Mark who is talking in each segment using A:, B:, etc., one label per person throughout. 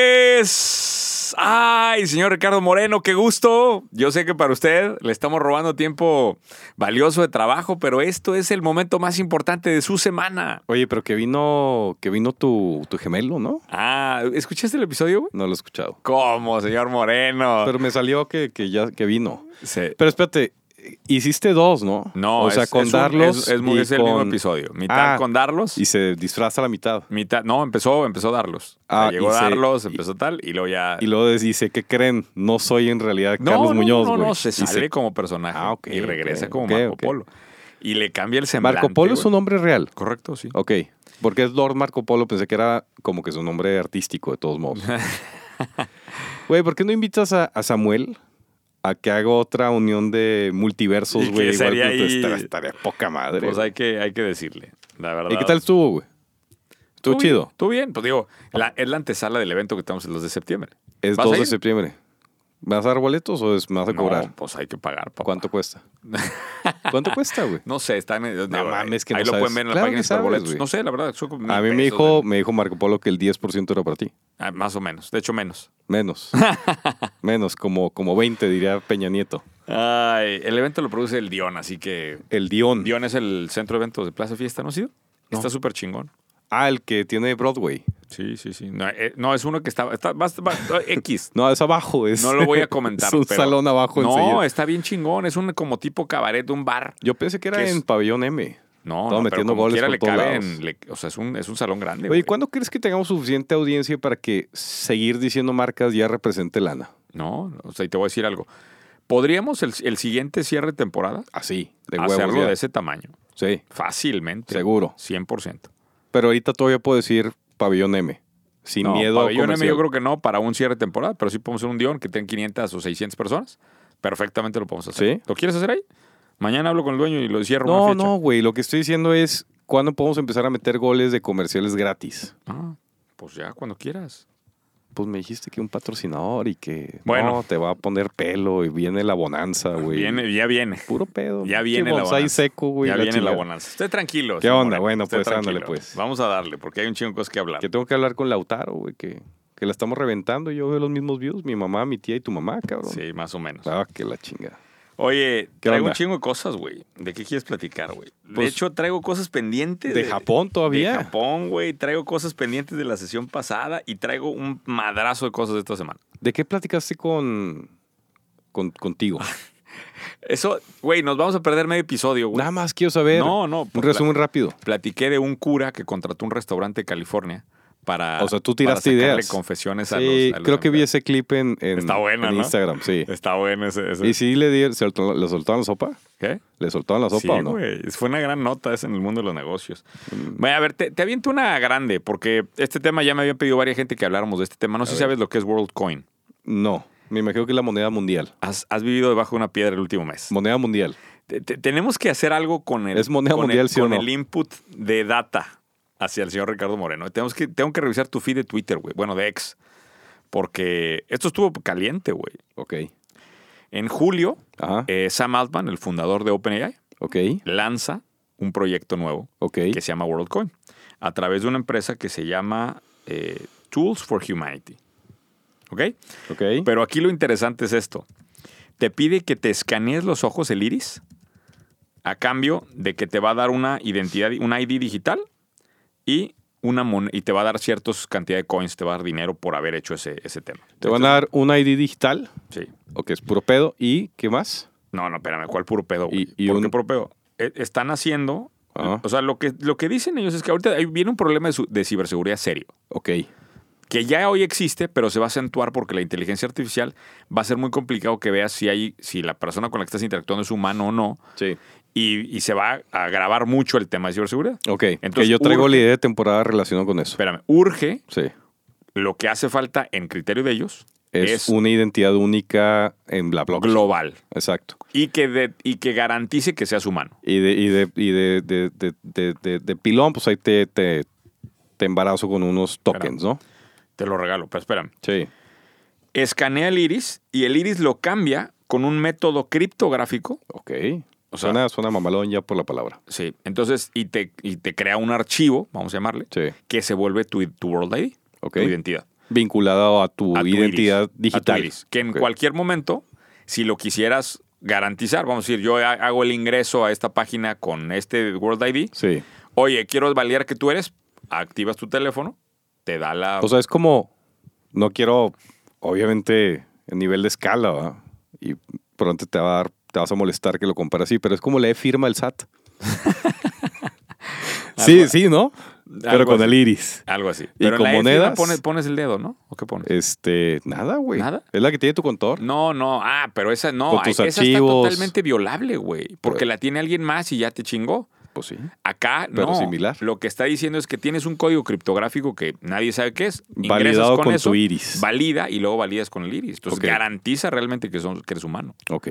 A: Emprendedores. Ay, señor Ricardo Moreno, qué gusto. Yo sé que para usted le estamos robando tiempo valioso de trabajo, pero esto es el momento más importante de su semana.
B: Oye, pero que vino, que vino tu, tu gemelo, ¿no?
A: Ah, ¿escuchaste el episodio, güey?
B: No lo he escuchado.
A: ¿Cómo, señor Moreno?
B: Pero me salió que, que ya que vino.
A: Se-
B: Pero espérate, hiciste dos, ¿no?
A: no,
B: o sea,
A: es-
B: con
A: es un-
B: Darlos.
A: es, es muy-
B: y
A: es el mismo
B: con-
A: episodio. Mitad
B: Ah,
A: con Darlos.
B: Y se disfraza la mitad.
A: mitad, no, empezó, empezó Darlos. O sea,
B: Ah, y
A: llegó
B: se-
A: Darlos, empezó tal, y luego ya.
B: Y luego dice, ¿qué creen? No soy en realidad
A: No,
B: Carlos
A: no,
B: Muñoz,
A: No, no,
B: güey.
A: no, se
B: Y
A: sale como personaje
B: Ah, ok,
A: y regresa
B: ok,
A: como
B: ok,
A: Marco
B: ok.
A: Polo. Y le cambia el semblante.
B: Marco Polo es
A: güey.
B: un nombre real.
A: Correcto, sí.
B: Ok. Porque es Lord Marco Polo, pensé que era como que su nombre artístico, de todos modos. Güey, ¿por qué no invitas a, a Samuel a que haga otra unión de
A: Y
B: multiversos,
A: que
B: güey? Igual
A: sería
B: que
A: ahí-
B: estaría, estaría poca madre.
A: Pues
B: güey.
A: hay que, hay que decirle, la verdad.
B: ¿Y qué tal estuvo, güey? Estuvo
A: Tú
B: chido. Ah.
A: Tú bien, pues digo, la- es la antesala del evento que estamos el 2 de septiembre.
B: Es
A: ¿Vas a
B: 2 de
A: ir?
B: septiembre. ¿Vas a dar boletos o es, me vas a cobrar?
A: No, pues hay que pagar, papá.
B: ¿Cuánto cuesta? ¿Cuánto cuesta, güey?
A: No sé, están en. digo, ahí-
B: mames, que no
A: Ahí lo
B: sabes.
A: pueden ver en la
B: Claro
A: página
B: que
A: de Superboletos.
B: sabes, güey.
A: No sé, la verdad. son como mil
B: A mí me
A: pesos,
B: dijo,
A: güey.
B: me dijo Marco Polo que el 10% era para ti.
A: Ah, más o menos, de hecho, menos.
B: Menos. Menos, como, como 20, diría Peña Nieto.
A: Ay, el evento lo produce el Dion, así que.
B: El Dion.
A: Dion es el centro de eventos de Plaza Fiesta, ¿no ha sido?
B: Mm. No.
A: Está súper chingón.
B: Ah, el que tiene Broadway.
A: Sí, sí, sí. No, eh, no, es uno que está, está- va- va- X.
B: No, es abajo. Es,
A: No lo voy a comentar.
B: es un
A: pero-
B: salón abajo
A: No,
B: enseguida.
A: está bien chingón. Es un como tipo cabaret, un bar.
B: Yo pensé que era
A: ¿Qué es?
B: en pabellón M.
A: No,
B: Estaba
A: no, pero
B: metiendo
A: como
B: goles
A: quiera
B: por
A: le
B: todos
A: caben.
B: lados.
A: le- o sea, es un, es un salón grande.
B: Oye,
A: güey.
B: ¿cuándo crees que tengamos suficiente audiencia para que seguir diciendo marcas ya represente lana?
A: No, o sea, y te voy a decir algo. ¿Podríamos el, el siguiente cierre de temporada
B: Así, de huevos.
A: hacerlo
B: ya.
A: de ese tamaño?
B: Sí,
A: Fácilmente.
B: seguro.
A: 100%.
B: Pero ahorita todavía puedo decir pabellón M. Sin
A: No,
B: miedo
A: pabellón M
B: a comercial.
A: yo creo que no para un cierre de temporada, pero sí podemos hacer un Dion que tenga 500 o 600 personas. Perfectamente lo podemos hacer.
B: Sí.
A: ¿Lo quieres hacer ahí? Mañana hablo con el dueño y lo cierro
B: No,
A: una fecha.
B: no, güey. Lo que estoy diciendo es cuándo podemos empezar a meter goles de comerciales gratis.
A: Ah, pues ya, cuando quieras.
B: Pues me dijiste que un patrocinador y que
A: Bueno.
B: no, te va a poner pelo y viene la bonanza, güey.
A: Viene, ya viene.
B: Puro pedo.
A: Ya
B: pinche
A: viene la
B: bonsái
A: bonanza.
B: seco, güey.
A: ya viene la
B: chingada.
A: bonanza. Esté tranquilo.
B: ¿Qué
A: señor
B: onda?
A: Moreno,
B: Bueno,
A: esté
B: pues,
A: tranquilo.
B: ándale, pues.
A: Vamos a darle, porque hay un chingo de cosas que hablar.
B: Que tengo que hablar con Lautaro, güey, que, que la estamos reventando. Yo veo los mismos views, mi mamá, mi tía y tu mamá, cabrón.
A: Sí, más o menos.
B: Ah, que la chinga.
A: Oye, traigo
B: onda?
A: un chingo de cosas, güey. ¿De qué quieres platicar, güey? de
B: Pues,
A: hecho, traigo cosas pendientes.
B: ¿De Japón todavía?
A: De Japón, güey. Traigo cosas pendientes de la sesión pasada y traigo un madrazo de cosas de esta semana.
B: ¿De qué platicaste con, con
A: Ah,
B: contigo?
A: Eso, güey, nos vamos a perder medio episodio, güey.
B: Nada más quiero saber.
A: pues, No, no,
B: Un
A: pues,
B: resumen rápido.
A: platiqué de un cura que contrató un restaurante de California para.
B: O sea, tú tiraste
A: Ah, para sacarle
B: ideas.
A: confesiones a
B: Sí,
A: los. a los
B: creo que vi
A: empleados.
B: ese clip en, en-
A: Está buena,
B: en
A: ¿no?
B: Instagram, sí.
A: Está bueno ese. ese-
B: ¿Y si le, di, se lo- le soltaron la sopa?
A: ¿Qué?
B: ¿Le soltaron la sopa
A: Sí,
B: o no?
A: güey. Fue una gran nota esa en el mundo de los negocios.
B: Mm.
A: Bueno, a ver, te, te aviento una grande, porque este tema ya me habían pedido varias gente que habláramos de este tema. No sé si sabes lo que es WorldCoin.
B: No, me imagino que es la moneda mundial.
A: Has, has vivido debajo de una piedra el último mes.
B: Moneda mundial.
A: Te- te- tenemos que hacer algo con el,
B: ¿Es moneda
A: con
B: mundial,
A: el,
B: sí o
A: con
B: no?
A: el input de data hacia el señor Ricardo Moreno. Tenemos que, tengo que revisar tu feed de Twitter, güey. Bueno, de ex. Porque esto estuvo caliente, güey.
B: Ok.
A: En julio,
B: Ajá.
A: eh, Sam Altman, el fundador de OpenAI,
B: ok.
A: lanza un proyecto nuevo
B: Ok.
A: que se llama WorldCoin, a través de una empresa que se llama eh, Tools for Humanity. ¿Ok?
B: Ok.
A: Pero aquí lo interesante es esto. Te pide que te escanees los ojos, el iris, a cambio de que te va a dar una identidad, un ID digital y, una mon- y te va a dar ciertas cantidad de coins, te va a dar dinero por haber hecho ese, ese tema.
B: Te van a dar un ID digital,
A: Sí.
B: o que es puro pedo, y ¿qué más?
A: No, no, espérame, ¿cuál puro pedo? güey?
B: Y- y
A: ¿Por
B: un- Ah.
A: qué puro pedo? Eh, Están haciendo...
B: Ajá.
A: O sea, lo que, lo que dicen ellos es que ahorita hay- viene un problema de, su- de ciberseguridad serio,
B: Ok.
A: que ya hoy existe, pero se va a acentuar porque la inteligencia artificial va a ser muy complicado que veas si, hay, si la persona con la que estás interactuando es humano o no,
B: Sí.
A: y, y se va a agravar mucho el tema de ciberseguridad.
B: Ok.
A: Entonces,
B: que yo traigo
A: urge-
B: la idea de temporada relacionada con eso.
A: Espérame, urge,
B: Sí.
A: lo que hace falta en criterio de ellos es,
B: Es, una identidad única en la blockchain.
A: global
B: Exacto.
A: y que, de- y que garantice que seas humano.
B: Y de, y de, y de, de, de, de- de- de pilón, pues ahí te, te, te embarazo con unos tokens, ¿no?
A: Te lo regalo, pero espérame.
B: Sí.
A: Escanea el iris y el iris lo cambia con un método criptográfico
B: Ok.
A: O sea,
B: suena, suena mamalón ya por la palabra.
A: sí. Entonces, y te, y te crea un archivo, vamos a llamarle,
B: Sí.
A: que se vuelve tu, tu World ID,
B: Ok.
A: tu identidad.
B: Vinculado a tu
A: a tu
B: identidad
A: iris, a
B: digital.
A: tu iris. que en
B: Ok.
A: cualquier momento, si lo quisieras garantizar, vamos a decir, yo ha- hago el ingreso a esta página con este World ID,
B: Sí.
A: oye, quiero validar que tú eres, activas tu teléfono, te da la...
B: O sea, es como, no quiero, obviamente, el nivel de escala, ¿verdad? y pronto te va a dar, te vas a molestar que lo compare así, pero es como le firma el SAT. sí, sí, ¿no? Pero
A: algo
B: con
A: así.
B: el iris.
A: algo así.
B: ¿Y con
A: en la firma
B: monedas?
A: pones, pones el dedo, ¿no? ¿O qué pones?
B: Este, nada, güey.
A: ¿Nada?
B: Es la que tiene tu contador.
A: No, no, ah, pero esa no,
B: Con
A: ay,
B: tus
A: esa está
B: archivos.
A: totalmente violable, güey, porque la tiene alguien más y ya te chingó.
B: Pues sí.
A: Acá
B: Pero
A: no.
B: similar.
A: Lo que está diciendo es que tienes un código criptográfico que nadie sabe qué es. Ingresas
B: Validado con,
A: eso,
B: tu iris.
A: Valida y luego validas con el iris. Entonces
B: Ok.
A: garantiza realmente que, son, que eres humano.
B: ok.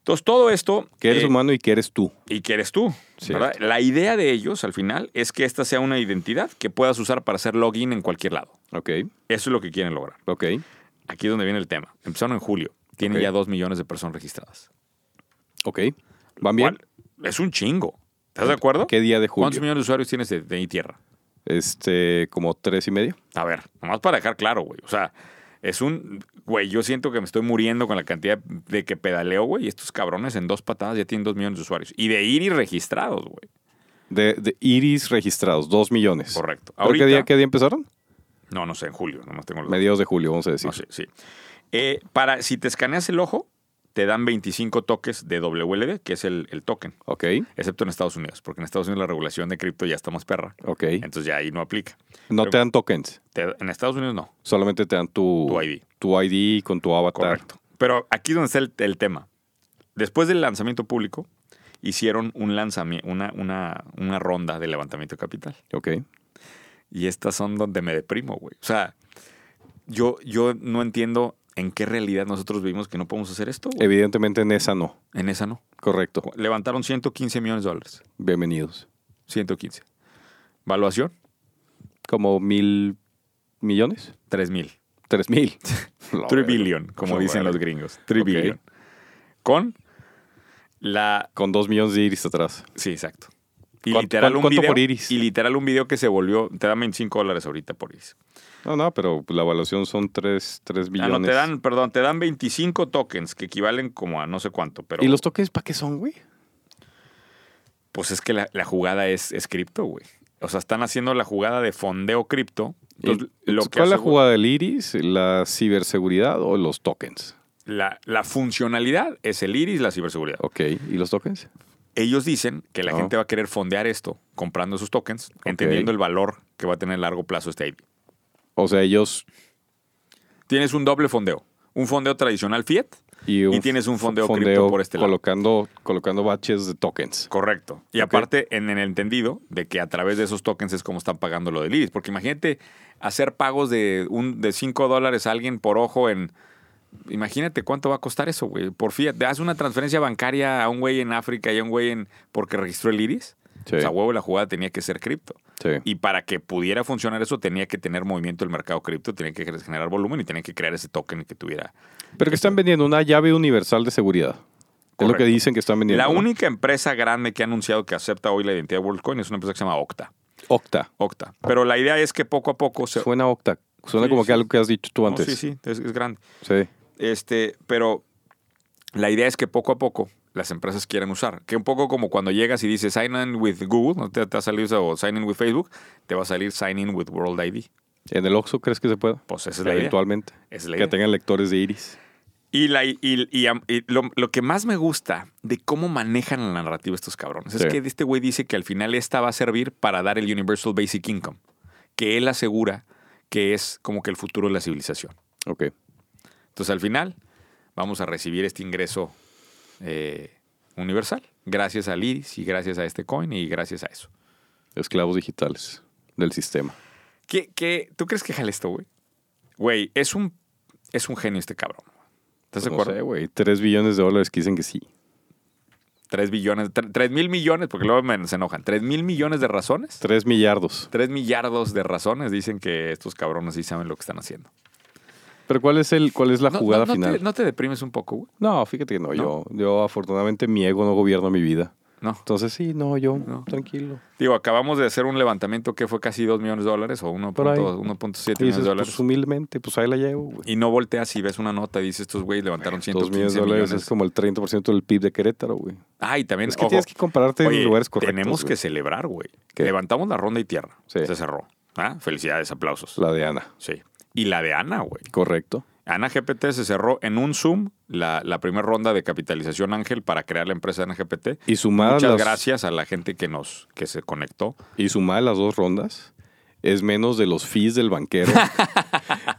A: Entonces todo esto...
B: Que eres
A: eh,
B: humano y que eres tú.
A: Y que eres tú.
B: Cierto.
A: ¿verdad? La idea de ellos al final es que esta sea una identidad que puedas usar para hacer login en cualquier lado.
B: Ok,
A: Eso es lo que quieren lograr.
B: ok.
A: Aquí es donde viene el tema. Empezaron en julio. Tienen
B: Ok.
A: ya dos millones de personas registradas.
B: Ok. ¿Van bien?
A: ¿Cuál? Es un chingo. ¿Estás de acuerdo?
B: ¿Qué día de
A: ¿Cuántos
B: julio?
A: millones de usuarios tienes de, de mi tierra?
B: Este, como tres y medio.
A: A ver, nomás para dejar claro, güey. O sea, es un. Güey, yo siento que me estoy muriendo con la cantidad de que pedaleo, güey. Y estos cabrones en dos patadas ya tienen dos millones de usuarios. Y de ir y registrados, güey.
B: De, de iris registrados, dos millones.
A: Correcto.
B: ¿Pero
A: Ahorita.
B: ¿Qué día, qué día empezaron?
A: No, no sé, en julio. Nomás tengo los.
B: Mediados de julio, vamos a decir.
A: No sé, sí. Eh, para, si te escaneas el ojo, te dan 25 toques de WLD, que es el, el token.
B: Ok,
A: Excepto en Estados Unidos, porque en Estados Unidos la regulación de cripto ya está más perra.
B: ok.
A: Entonces ya ahí no aplica.
B: No
A: pero-
B: te dan tokens,
A: Te- en Estados Unidos no.
B: solamente te dan tu,
A: Tu ID.
B: tu ID con tu avatar.
A: Correcto. Pero aquí es donde está el, el tema. Después del lanzamiento público, hicieron un lanzami- una, una, una ronda de levantamiento de capital.
B: Ok,
A: Y estas son donde me deprimo, güey. O sea, yo, yo no entiendo en qué realidad nosotros vivimos que no podemos hacer esto, güey.
B: evidentemente en esa no.
A: En esa no.
B: Correcto,
A: Levantaron 115 millones de dólares.
B: bienvenidos.
A: 115. Valuación,
B: Como mil millones,
A: 3 mil.
B: tres mil.
A: 3 billion, como
B: La
A: dicen
B: verga.
A: los gringos. 3
B: Ok.
A: billion. Con la
B: Con dos millones de iris atrás.
A: Sí, exacto. Y
B: ¿Cuánto-
A: literal un
B: cuánto
A: video,
B: por iris?
A: Y literal un video que se volvió, te dan 25 dólares ahorita por iris.
B: No, no, pero la evaluación son tres, tres
A: Ah,
B: billones.
A: no, te dan, perdón, te dan 25 tokens que equivalen como a no sé cuánto, pero
B: ¿Y los tokens para qué son, güey?
A: pues es que la, la jugada es, es cripto, güey. O sea, están haciendo la jugada de fondeo cripto. Entonces,
B: Y-
A: lo
B: ¿Cuál
A: que
B: es la
A: hace, güey,
B: jugada del iris? ¿La ciberseguridad o los tokens?
A: la, la funcionalidad es el iris, la ciberseguridad.
B: Ok, ¿y los tokens?
A: Ellos dicen que la
B: No.
A: gente va a querer fondear esto comprando sus tokens, entendiendo el valor que va a tener a largo plazo este ID.
B: O sea, ellos
A: Tienes un doble fondeo. Un fondeo tradicional fiat
B: y,
A: Y
B: un
A: tienes un fondeo cripto por este lado.
B: colocando, Colocando baches de tokens.
A: Correcto. Y
B: Ok.
A: aparte, en el entendido de que a través de esos tokens es como están pagando lo del iris. Porque imagínate hacer pagos de, un, de 5 dólares a alguien por ojo en. Imagínate cuánto va a costar eso, güey. Por fiat. Haz una transferencia bancaria a un güey en África y a un güey en. porque registró el iris.
B: Sí,
A: O sea, huevo, la jugada tenía que ser cripto.
B: sí.
A: Y para que pudiera funcionar eso, tenía que tener movimiento el mercado cripto, tenía que generar volumen y tenía que crear ese token que tuviera.
B: Pero que están vendiendo una llave universal de seguridad. Es lo
A: Correcto.
B: que dicen que están vendiendo.
A: La
B: ¿no?
A: única empresa grande que ha anunciado que acepta hoy la identidad de WorldCoin es una empresa que se llama Octa.
B: Octa.
A: Octa. Pero la idea es que poco a poco se.
B: Suena Octa. Suena
A: Sí,
B: como
A: sí.
B: que algo que has dicho tú
A: No,
B: antes.
A: sí, sí, es, es grande.
B: Sí.
A: Este, pero la idea es que poco a poco las empresas quieran usar. Que un poco como cuando llegas y dices sign in with Google, no te, te ha salido eso, o sign in with Facebook, te va a salir sign in with World ID.
B: ¿En el Oxxo crees que se pueda?
A: Pues esa es la idea.
B: Eventualmente.
A: Esa es la
B: Que
A: idea.
B: tengan lectores de iris.
A: Y, la, y, y- y lo, lo que más me gusta de cómo manejan la narrativa estos cabrones
B: Sí.
A: es que este güey dice que al final esta va a servir para dar el Universal Basic Income, que él asegura que es como que el futuro de la civilización.
B: Ok.
A: Entonces al final vamos a recibir este ingreso eh, universal, gracias al IRIS y gracias a este coin y gracias a eso.
B: Esclavos digitales del sistema.
A: ¿Qué, qué, ¿Tú crees que jale esto, güey? Güey, es un, es un genio este cabrón. ¿Estás de
B: No
A: acuerdo?
B: sé, güey. Tres billones de dólares que dicen que sí.
A: Tres billones, tre- tres mil millones, porque luego me- se enojan. Tres mil millones de razones.
B: Tres millardos.
A: Tres millardos de razones dicen que estos cabrones sí saben lo que están haciendo.
B: Pero ¿cuál es, el, cuál es la
A: No- no-
B: jugada
A: no te-
B: final?
A: ¿No te deprimes un poco, güey?
B: No, fíjate que no, Yo, yo afortunadamente mi ego no gobierna mi vida.
A: No.
B: Entonces sí, no, yo
A: No.
B: tranquilo.
A: Digo, acabamos de hacer un levantamiento que fue casi 2 millones de dólares o
B: Por ahí.
A: 1.2, 1.7
B: Y
A: millones
B: dices,
A: de dólares.
B: pues humildemente, pues ahí la llevo, güey.
A: Y no volteas y ves una nota y dices, estos güeyes levantaron
B: Dos
A: 115
B: millones de dólares es como el 30% del PIB de Querétaro, güey.
A: Ah, y también,
B: Es que
A: ojo,
B: tienes que compararte
A: oye,
B: en lugares correctos.
A: tenemos que
B: güey.
A: celebrar, güey.
B: ¿Qué?
A: Levantamos la ronda y tierra.
B: Sí.
A: Se cerró. Ah, Felicidades, aplausos.
B: La de Ana.
A: Sí. Y la de Ana, güey.
B: Correcto.
A: Ana GPT se cerró en un Zoom la, la primera ronda de capitalización Ángel para crear la empresa Ana GPT.
B: Y sumadas,
A: Muchas
B: las,
A: gracias a la gente que nos que se conectó.
B: y sumadas las dos rondas, es menos de los fees del banquero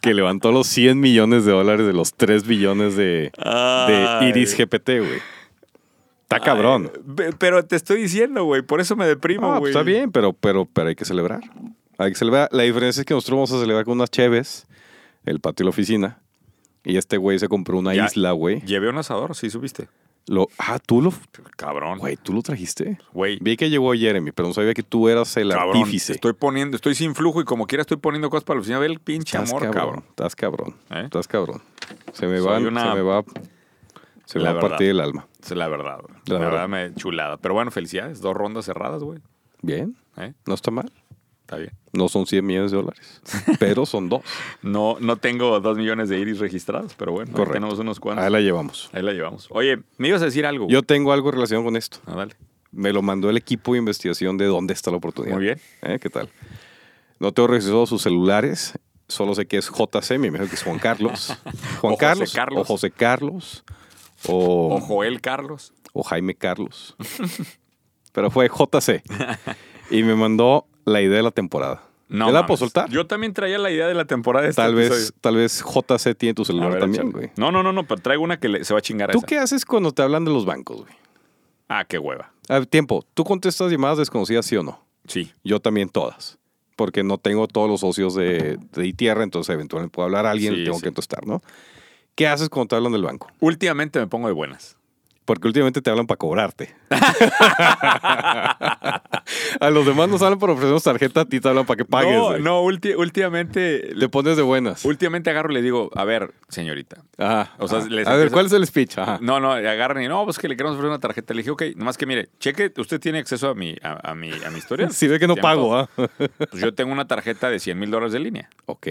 B: que levantó los 100 millones de dólares de los 3 billones de, de Iris GPT, güey. Está ah, cabrón.
A: Ve- Pero te estoy diciendo, güey, por eso me deprimo,
B: Ah,
A: güey.
B: pues está bien, pero, pero, pero hay que celebrar. Hay que celebrar. La diferencia es que nosotros vamos a celebrar con unas cheves, el patio y la oficina. Y este güey se compró una
A: Ya.
B: isla, güey.
A: Llevé un asador, sí subiste.
B: Lo- Ah, tú lo.
A: Cabrón.
B: Güey, tú lo trajiste.
A: Güey,
B: Vi que llegó Jeremy, pero no sabía que tú eras el
A: cabrón.
B: artífice.
A: Estoy poniendo, estoy sin flujo y como quiera estoy poniendo cosas para la oficina. Ve el pinche
B: Estás
A: amor, cabrón.
B: Estás cabrón.
A: ¿Eh?
B: Estás cabrón. Se me
A: Soy
B: va,
A: una-
B: se me va, se me
A: La
B: va a
A: verdad.
B: partir el alma.
A: Es la verdad. güey. La,
B: La
A: verdad, me chulada. Pero bueno, felicidades. Dos rondas cerradas, güey.
B: Bien,
A: ¿Eh?
B: no está mal.
A: Está bien.
B: No son 100 millones de dólares, pero son dos.
A: No, no tengo dos millones de iris registrados, pero bueno, ahí
B: Correcto.
A: tenemos unos cuantos.
B: Ahí la llevamos.
A: Ahí la llevamos. Oye, me ibas a decir algo. güey.
B: Yo tengo algo relacionado con esto.
A: Ah, dale.
B: Me lo mandó el equipo de investigación de dónde está la oportunidad.
A: Muy bien.
B: ¿Eh? ¿Qué tal? No tengo registrado sus celulares. Solo sé que es JC, me imagino que es Juan Carlos. Juan
A: O José
B: Carlos,
A: Carlos.
B: O José Carlos. O,
A: O Joel Carlos.
B: o Jaime Carlos. Pero fue JC. Y me mandó la idea de la temporada.
A: No.
B: ¿Ya la
A: mames.
B: puedo soltar?
A: Yo también traía la idea de la temporada de este
B: tal,
A: episodio.
B: vez, tal vez JC tiene tu
A: A
B: celular
A: ver,
B: también,
A: échale.
B: güey.
A: No, no, no, no, pero traigo una que le- se va a chingar a
B: ¿Tú
A: esa.
B: qué haces cuando te hablan de los bancos, güey?
A: Ah, qué hueva.
B: A ver, tiempo. ¿Tú contestas llamadas desconocidas, sí o no?
A: Sí.
B: Yo también todas. Porque no tengo todos los socios de, de tierra, entonces eventualmente puedo hablar a alguien
A: Sí,
B: y tengo
A: sí.
B: que tostar, ¿no? ¿Qué haces cuando te hablan del banco?
A: Últimamente me pongo de buenas.
B: Porque últimamente te hablan para cobrarte. a los demás nos hablan para ofrecernos tarjeta, a ti te hablan para que pagues.
A: no,
B: güey.
A: no, ulti- últimamente,
B: Te pones de buenas.
A: últimamente agarro y le digo, a ver, señorita.
B: Ajá.
A: O sea,
B: Ajá.
A: les
B: a ver,
A: empieza-
B: ¿cuál es el speech? Ajá.
A: No, no, agarran y no, pues que le queremos ofrecer una tarjeta. Le dije, ok, nomás que mire, cheque, usted tiene acceso a mi, a, a mi, a mi historial.
B: Si ve que no
A: Tiene
B: pago,
A: todo.
B: ¿ah?
A: Pues yo tengo una tarjeta de 100 mil dólares de línea.
B: Ok.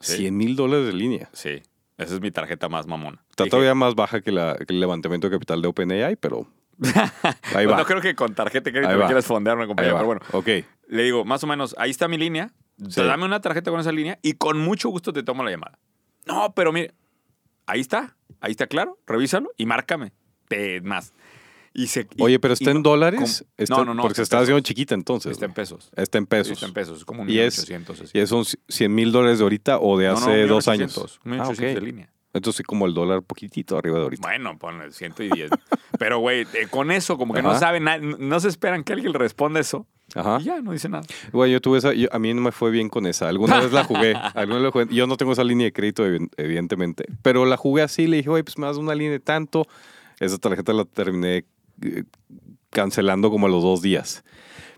B: 100 mil dólares de línea.
A: Sí, esa es mi tarjeta más mamona.
B: Está
A: Dije,
B: todavía más baja que, la- que el levantamiento de capital de OpenAI, pero ahí
A: pues
B: va.
A: no creo que con tarjeta de crédito
B: Ahí
A: me
B: va.
A: quieras fondear una
B: ahí
A: compañía,
B: va.
A: pero bueno.
B: Ok.
A: Le digo, más o menos, ahí está mi línea. Te
B: Sí.
A: Dame una tarjeta con esa línea y con mucho gusto te tomo la llamada. No, pero mire, ahí está, ahí está claro, revísalo y márcame. Te más. Y se, y-
B: Oye, pero está
A: y
B: en
A: no-
B: dólares.
A: ¿cómo?
B: Está-
A: no, no, no.
B: Porque se
A: está,
B: está
A: en
B: haciendo chiquita entonces.
A: pesos, está en
B: güey.
A: pesos.
B: Está en pesos.
A: Está en pesos, es como un
B: Y es-
A: 1800. así.
B: Y son 100 mil dólares de ahorita o de
A: No, no,
B: hace
A: 1800,
B: dos años.
A: 1800
B: Ah,
A: de
B: ok.
A: línea.
B: Entonces, como el dólar poquitito arriba de ahorita.
A: Bueno, ponle 110. Pero, güey, eh, con eso, como que no
B: Ajá.
A: saben, na- no se esperan que alguien le responda eso.
B: Ajá.
A: Y ya, no dice nada.
B: Güey, yo tuve esa. yo- a mí no me fue bien con esa. Alguna vez la jugué. Alguna vez la jugué. Yo no tengo esa línea de crédito, evi- evidentemente. Pero la jugué así. Le dije, oye, pues me das una línea de tanto. Esa tarjeta la terminé eh, cancelando como a los dos días.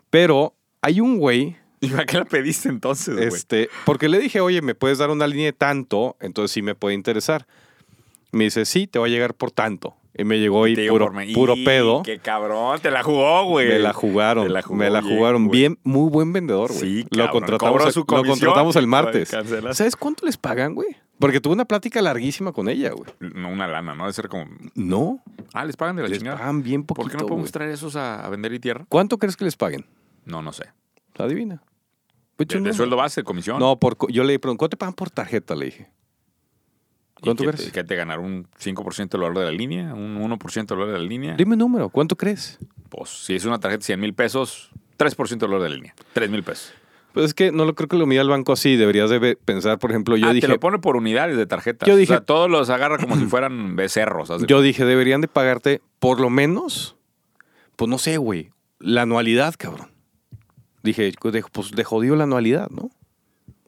B: Pero hay un güey
A: ¿Y para qué la pediste entonces, güey?
B: Este, porque le dije, oye, ¿me puedes dar una línea de tanto? Entonces sí me puede interesar. Me dice, sí, te va a llegar por tanto. Y me llegó y
A: Te digo
B: puro,
A: por mí,
B: puro
A: "Y,
B: pedo.
A: Qué cabrón, te la jugó, güey.
B: Me la jugaron.
A: Te la jugó
B: me la
A: bien,
B: jugaron.
A: güey.
B: Bien, muy buen vendedor, güey.
A: Sí,
B: lo,
A: cabrón,
B: contratamos,
A: cobró
B: el-
A: su
B: lo
A: comisión
B: contratamos
A: y,
B: el martes.
A: güey, cancelaste.
B: ¿Sabes cuánto les pagan, güey? Porque tuve una plática larguísima con ella, güey.
A: No, una lana, ¿no? De ser como.
B: No,
A: Ah, les pagan de la
B: les
A: chingada.
B: pagan bien poquito,
A: ¿Por qué no podemos
B: güey.
A: traer esos a, a vender y tierra?
B: ¿Cuánto crees que les paguen?
A: No, no sé.
B: Adivina. Ocho,
A: ¿De, de
B: no.
A: sueldo base, comisión?
B: No, por, co- yo le pregunté, ¿cuánto te pagan por tarjeta? Le dije.
A: ¿Y
B: ¿Cuánto
A: qué
B: crees?
A: te- ¿Qué te ganar? ¿Un 5% del valor de la línea? ¿Un 1% del valor de la línea?
B: Dime un número, ¿cuánto crees?
A: Pues si es una tarjeta de 100 mil pesos, 3% del valor de la línea. 3 mil pesos.
B: Pues es que no lo creo que lo mida el banco así. Deberías de ve- pensar, por ejemplo, yo
A: ah,
B: dije,
A: te lo pone por unidades de tarjetas.
B: Yo
A: o
B: dije-
A: sea, todos los agarra como si fueran becerros. haz de
B: yo dije, deberían de pagarte por lo menos, pues no sé, güey, la anualidad, cabrón. Dije, pues de, pues, de jodido la anualidad, ¿no?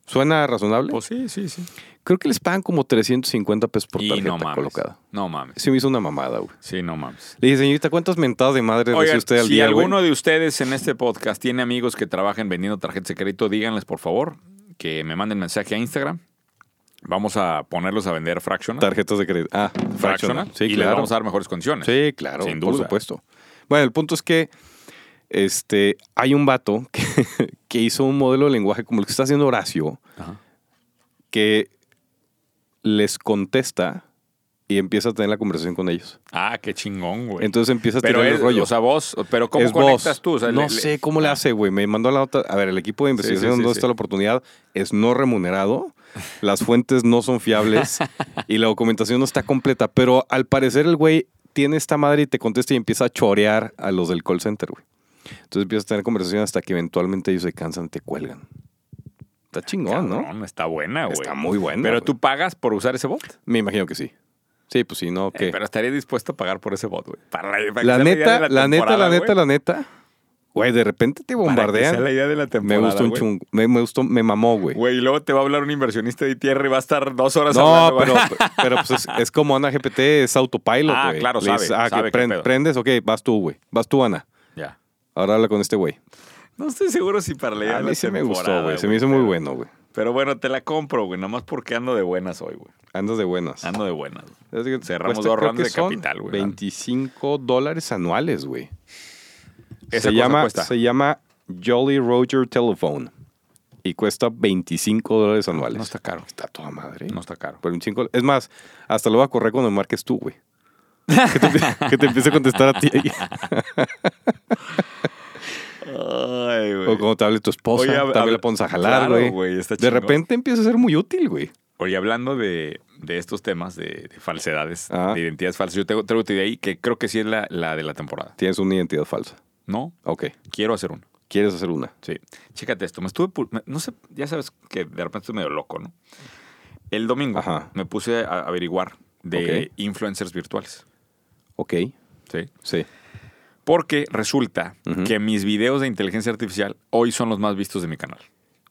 B: ¿Suena razonable?
A: Pues sí, sí, sí.
B: creo que les pagan como 350 pesos por tarjeta colocada.
A: No mames.
B: Se me hizo una mamada, güey.
A: Sí, no mames.
B: Le dije, señorita, ¿cuántas mentadas de madre le
A: Oigan,
B: hace usted al
A: si
B: día, güey?"
A: alguno de ustedes en este podcast tiene amigos que trabajan vendiendo tarjetas de crédito, díganles por favor que me manden mensaje a Instagram Vamos a ponerlos a vender fractional.
B: Tarjetas de crédito. Ah,
A: fractional.
B: fractional. Sí,
A: y les
B: claro.
A: vamos a dar mejores condiciones.
B: Sí, claro,
A: Sin
B: por
A: duda.
B: supuesto. Bueno, el punto es que este, hay un vato que, que hizo un modelo de lenguaje como el que está haciendo Horacio,
A: Ajá.
B: que les contesta y empieza a tener la conversación con ellos.
A: Ah, qué chingón, güey.
B: Entonces empieza a
A: pero
B: tirar
A: es,
B: el rollo.
A: o sea, vos, pero ¿cómo
B: es
A: conectas
B: voz.
A: tú? O sea,
B: no
A: le- le-
B: sé cómo le hace, güey. Me mandó la nota. A ver, el equipo de
A: sí,
B: investigación
A: sí,
B: donde
A: sí.
B: está la oportunidad es no remunerado. Las fuentes no son fiables y la documentación no está completa. Pero al parecer el güey tiene esta madre y te contesta y empieza a chorear a los del call center, güey. Entonces empiezas a tener conversaciones hasta que eventualmente ellos se cansan y te cuelgan. Está chingón, ¿no?
A: Cabrón, Está buena, güey.
B: Está muy buena.
A: Pero
B: güey.
A: tú pagas por usar ese bot.
B: Me imagino que sí. Sí, pues sí, no,
A: Eh,
B: que.
A: pero estaría dispuesto a pagar por ese bot, güey. Para para que
B: la,
A: sea idea
B: neta,
A: de
B: la, neta, la
A: temporada,
B: neta,
A: güey.
B: la neta. Güey, de repente te
A: Para que
B: bombardean.
A: sea la idea de la
B: Me
A: temporada.
B: gustó un
A: güey.
B: chungo. Me, me gustó, me mamó, güey.
A: Güey, y luego te va a hablar un inversionista de tierra y va a estar dos horas
B: No,
A: hablando.
B: pero,
A: güey.
B: pero pues es, es como Ana GPT, es autopilot,
A: Ah,
B: güey.
A: claro,
B: Le dices,
A: sabe,
B: ah,
A: sabe
B: que
A: qué
B: pren-
A: pedo.
B: prendes, ok, vas tú, güey. Vas tú, Ana.
A: Ya.
B: Ahora habla con este güey.
A: No estoy seguro si para la idea
B: A
A: de
B: mí
A: la
B: se me
A: temporada,
B: gustó, güey. Se me hizo muy
A: pero-
B: bueno, güey.
A: Pero bueno, te la compro, güey. Nomás porque ando de buenas hoy, güey.
B: Andas de buenas.
A: Ando de buenas. güey.
B: Es que
A: Cerramos
B: cuesta,
A: dos
B: creo
A: rounds
B: que
A: de
B: son
A: capital, güey.
B: 25 dólares anuales, güey.
A: Esa
B: Se
A: cosa
B: llama,
A: cuesta.
B: se llama Jolly Roger Telephone. Y cuesta 25 dólares anuales.
A: No está caro.
B: Está toda madre.
A: No está caro.
B: Por un chingo- Es más, hasta lo va a correr cuando me marques tú, güey. Que te, que te empiece a contestar a ti.
A: Ay,
B: O cuando te hable tu esposa,
A: Oye, hab-
B: también
A: hab-
B: la pones a
A: claro,
B: jalar, güey.
A: güey, está
B: de
A: chingón.
B: repente empieza a ser muy útil, güey.
A: Oye, hablando de, de estos temas de, de falsedades,
B: Ajá.
A: de identidades falsas, yo tengo, traigo otra idea ahí que creo que sí es la, la de la temporada.
B: Tienes una identidad falsa.
A: No,
B: Ok.
A: quiero hacer uno.
B: ¿Quieres hacer una?
A: Sí. Chécate esto. Me estuve. pu- me- No sé, ya sabes que de repente estoy medio loco, ¿no? El domingo
B: Ajá.
A: me puse a averiguar de
B: Ok.
A: influencers virtuales.
B: Ok.
A: Sí.
B: Sí.
A: Porque resulta
B: Ujú.
A: que mis videos de inteligencia artificial hoy son los más vistos de mi canal.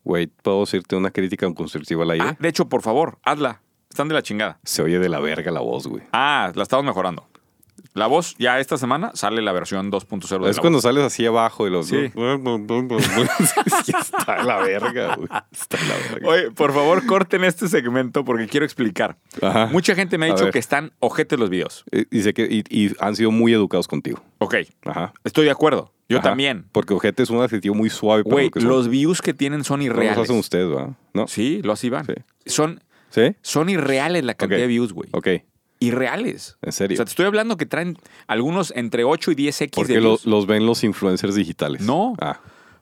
B: Güey, ¿puedo decirte una crítica constructiva al aire?
A: Ah, de hecho, por favor, hazla. Están de la chingada.
B: Se oye de la verga la voz, güey.
A: Ah, la estamos mejorando. La voz, ya esta semana sale la versión 2.0 de
B: Es
A: la
B: cuando
A: voz.
B: sales así abajo y los...
A: Sí.
B: Sí, está de la verga, güey. Está de la verga.
A: Oye, por favor, corten este segmento porque quiero explicar.
B: Ajá.
A: Mucha gente me ha
B: A
A: dicho
B: ver.
A: que están ojetes los videos.
B: Y- Y, sé que, y, y han sido muy educados contigo.
A: Ok,
B: Ajá.
A: estoy de acuerdo. Yo
B: Ajá.
A: también.
B: Porque ojete es un adjetivo muy suave. para
A: Güey,
B: lo que son.
A: los views que tienen son
B: No los
A: irreales.
B: hacen ustedes, ¿verdad? ¿No?
A: Sí, lo así van.
B: Sí.
A: Son,
B: ¿Sí?
A: son irreales la cantidad de
B: Ok.
A: views, güey.
B: Ok,
A: Irreales.
B: en
A: O
B: serio.
A: sea, te estoy hablando que traen algunos entre 8 y 10 X de
B: Porque lo-
A: views.
B: los ven los influencers digitales.
A: No.
B: Ah,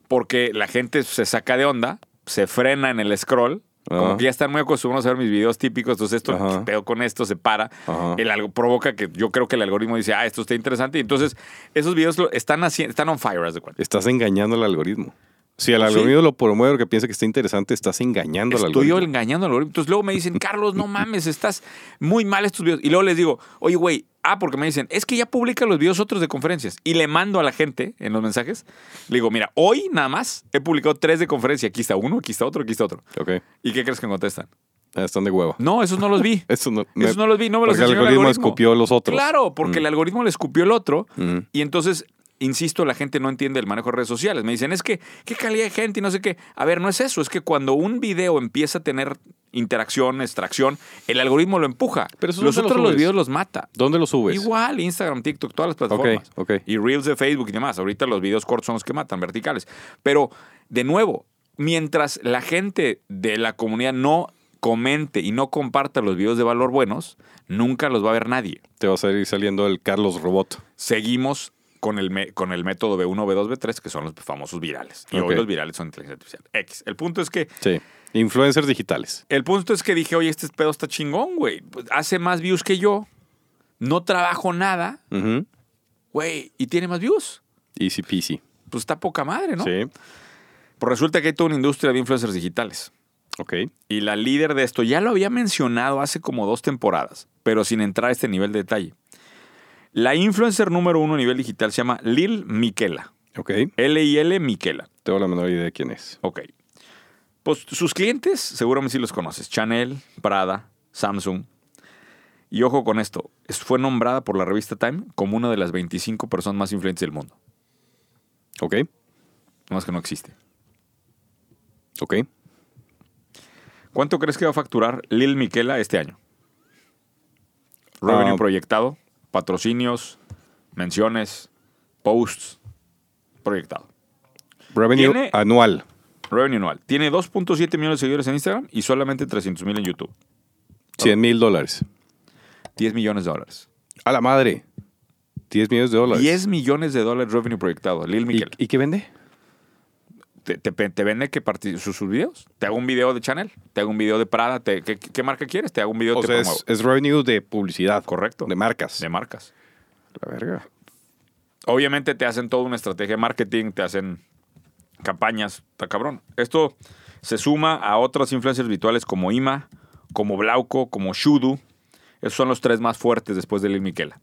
A: Porque la gente se saca de onda, se frena en el scroll. Como
B: Ajá.
A: que ya están muy acostumbrados a ver mis videos típicos, entonces esto,
B: Ajá.
A: ¿qué pedo con esto, se para.
B: Ajá.
A: El algo provoca que yo creo que el algoritmo dice, ah, esto está interesante. Y entonces, esos videos lo- están haciendo, están on fire, haz de cuenta.
B: estás engañando al algoritmo. Si el
A: Sí.
B: algoritmo lo promueve porque piensa que está interesante, estás engañando al
A: Estoy yo
B: algoritmo.
A: engañando al algoritmo. Entonces luego me dicen, Carlos, no mames, estás muy mal estos videos. Y luego les digo, oye, güey, ah, porque me dicen, es que ya publica los videos otros de conferencias. Y le mando a la gente en los mensajes, le digo, mira, hoy nada más he publicado tres de conferencia. Aquí está uno, aquí está otro, aquí está otro.
B: Ok,
A: ¿Y qué crees que me contestan?
B: Ah, están de hueva.
A: No, esos no los vi.
B: Eso no,
A: Esos no los vi, no me los
B: Porque el
A: enseñó
B: algoritmo, escupió los otros. Mm.
A: Claro, porque el algoritmo le escupió el otro.
B: Ujú.
A: Y entonces, insisto, la gente no entiende el manejo de redes sociales. Me dicen, es que, ¿qué calidad de gente? Y no sé qué. A ver, no es eso. Es que cuando un video empieza a tener interacción, extracción, el algoritmo lo empuja.
B: Pero eso
A: los
B: no te lo
A: otros los
B: subes.
A: videos los mata.
B: ¿Dónde lo subes?
A: Igual, Instagram, TikTok, todas las plataformas.
B: Pues. Ok, ok.
A: Y Reels de Facebook y demás. Ahorita los videos cortos son los que matan, verticales. Pero, de nuevo, mientras la gente de la comunidad no comente y no comparta los videos de valor buenos, nunca los va a ver nadie.
B: Te va a salir saliendo el Carlos Robot.
A: Seguimos con el, me- con el método B1, B2, B3, que son los famosos virales. Y hoy
B: Ok.
A: los virales son inteligencia artificial. X. El punto es que
B: Sí. Influencers digitales.
A: el punto es que dije, oye, este pedo está chingón, güey. Pues, Hace más views que yo. No trabajo nada,
B: Ujú.
A: güey, y tiene más views.
B: Easy peasy.
A: Pues está poca madre, ¿no?
B: Sí.
A: Pues resulta que hay toda una industria de influencers digitales.
B: Ok.
A: Y la líder de esto ya lo había mencionado hace como dos temporadas, pero sin entrar a este nivel de detalle. La influencer número uno a nivel digital se llama Lil Miquela.
B: Ok.
A: L-I-L Miquela.
B: Tengo la menor idea de quién es.
A: Ok. Pues sus clientes, seguramente sí los conoces. Chanel, Prada, Samsung. Y ojo con esto, es- fue nombrada por la revista Time como una de las 25 personas más influyentes del mundo.
B: Ok.
A: Nomás que no existe.
B: Ok.
A: ¿Cuánto crees que va a facturar Lil Miquela este año? Revenue
B: Ah.
A: proyectado, patrocinios, menciones, posts, proyectado.
B: Revenue
A: Tiene-
B: anual.
A: Revenue anual. Tiene 2.7 millones de seguidores en Instagram y solamente 300 mil en YouTube.
B: 100 mil dólares.
A: 10 millones de dólares.
B: A la madre. 10 millones de dólares.
A: 10 millones de dólares revenue proyectado. Lil
B: ¿Y,
A: Miquela.
B: ¿Y qué vende?
A: te, te, te vende que parti- sus, sus videos. Te hago un video de Chanel, te hago un video de Prada, te- ¿qué, qué marca quieres? Te hago un video,
B: O
A: te
B: sea,
A: promuevo.
B: es, es revenue de publicidad.
A: Correcto.
B: De marcas.
A: De marcas.
B: La verga.
A: Obviamente te hacen toda una estrategia de marketing, te hacen campañas, está cabrón. Esto se suma a otras influencias virtuales como Ima, como Blauco, como Shudu. Esos son los tres más fuertes después de Lil Miquela.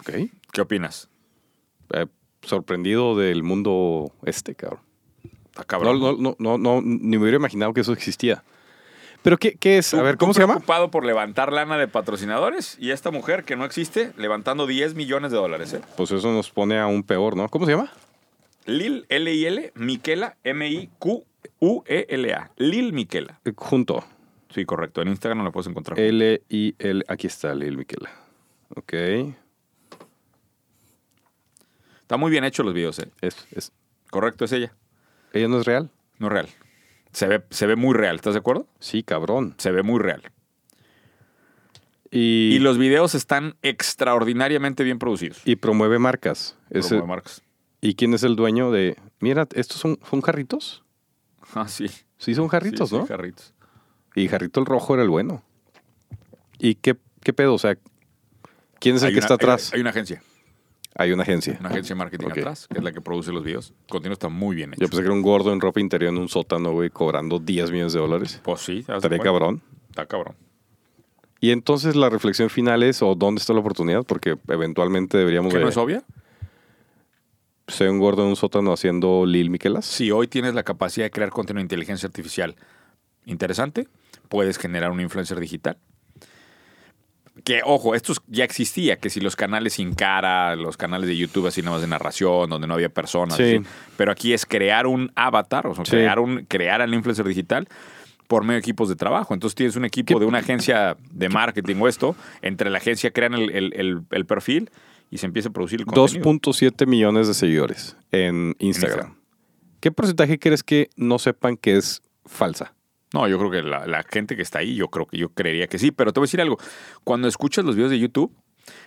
B: Ok.
A: ¿Qué opinas?
B: Eh, sorprendido del mundo este, cabrón.
A: Está
B: No,
A: cabrón.
B: no, no, no, no, ni me hubiera imaginado que eso existía. ¿Pero qué, qué es? A
A: Tú-
B: ver,
A: tú
B: ¿cómo se llama?
A: preocupado por levantar lana de patrocinadores y esta mujer que no existe levantando 10 millones de dólares, ¿eh?
B: Pues eso nos pone aún peor, ¿no? ¿Cómo se llama?
A: Lil, L-I-L, Miquela, M-I-Q-U-E-L-A. E Lil Miquela.
B: Eh, Junto.
A: Sí, correcto. En Instagram no la puedes
B: Eh.
A: encontrar.
B: L-I-L. Aquí está, Lil Miquela. Ok.
A: Está muy bien hecho los videos, ¿eh?
B: Es, es-
A: Correcto, es ella.
B: ¿Ella no es real?
A: No es real. Se ve, se ve muy real, ¿estás de acuerdo?
B: Sí, cabrón.
A: Se ve muy real.
B: Y,
A: Y los videos están extraordinariamente bien producidos.
B: y promueve marcas. Ese-
A: Promueve marcas.
B: ¿Y quién es el dueño de...? Mira, ¿estos son, son jarritos?
A: Ah, sí. Sí,
B: Sí, son jarritos,
A: sí,
B: ¿no?
A: Jarritos.
B: Y jarrito el rojo era el bueno. ¿Y qué, qué pedo? O sea, ¿quién es el
A: Hay
B: que
A: una-
B: está atrás?
A: Hay, hay una agencia.
B: Hay una agencia.
A: Una agencia de marketing
B: Ok.
A: atrás, que es la que produce los videos. Continúa, está muy bien hecho.
B: Yo pensé que era un gordo en ropa interior en un sótano, güey, cobrando 10 millones de dólares.
A: Pues sí. ¿te das
B: Estaría
A: cuenta?
B: cabrón.
A: Está cabrón.
B: Y entonces la reflexión final es, ¿o dónde está la oportunidad? Porque eventualmente deberíamos
A: ¿Que
B: de
A: no es obvia?
B: ser un gordo en un sótano haciendo Lil Miquelas.
A: Si hoy tienes la capacidad de crear contenido de inteligencia artificial interesante, puedes generar un influencer digital. Que, ojo, esto es- ya existía, que si los canales sin cara, los canales de YouTube así nada más de narración, donde no había personas,
B: Sí.
A: así. pero aquí es crear un avatar, o sea,
B: Sí.
A: crear, un, crear al influencer digital por medio de equipos de trabajo. Entonces tienes un equipo de una agencia de marketing o esto, entre la agencia crean el, el- el- el perfil y se empieza a producir el contenido.
B: 2.7 millones de seguidores en Instagram.
A: Instagram.
B: ¿Qué porcentaje crees que no sepan que es falsa?
A: No, yo creo que la, la gente que está ahí, yo creo que yo creería que sí, pero te voy a decir algo. Cuando escuchas los videos de YouTube,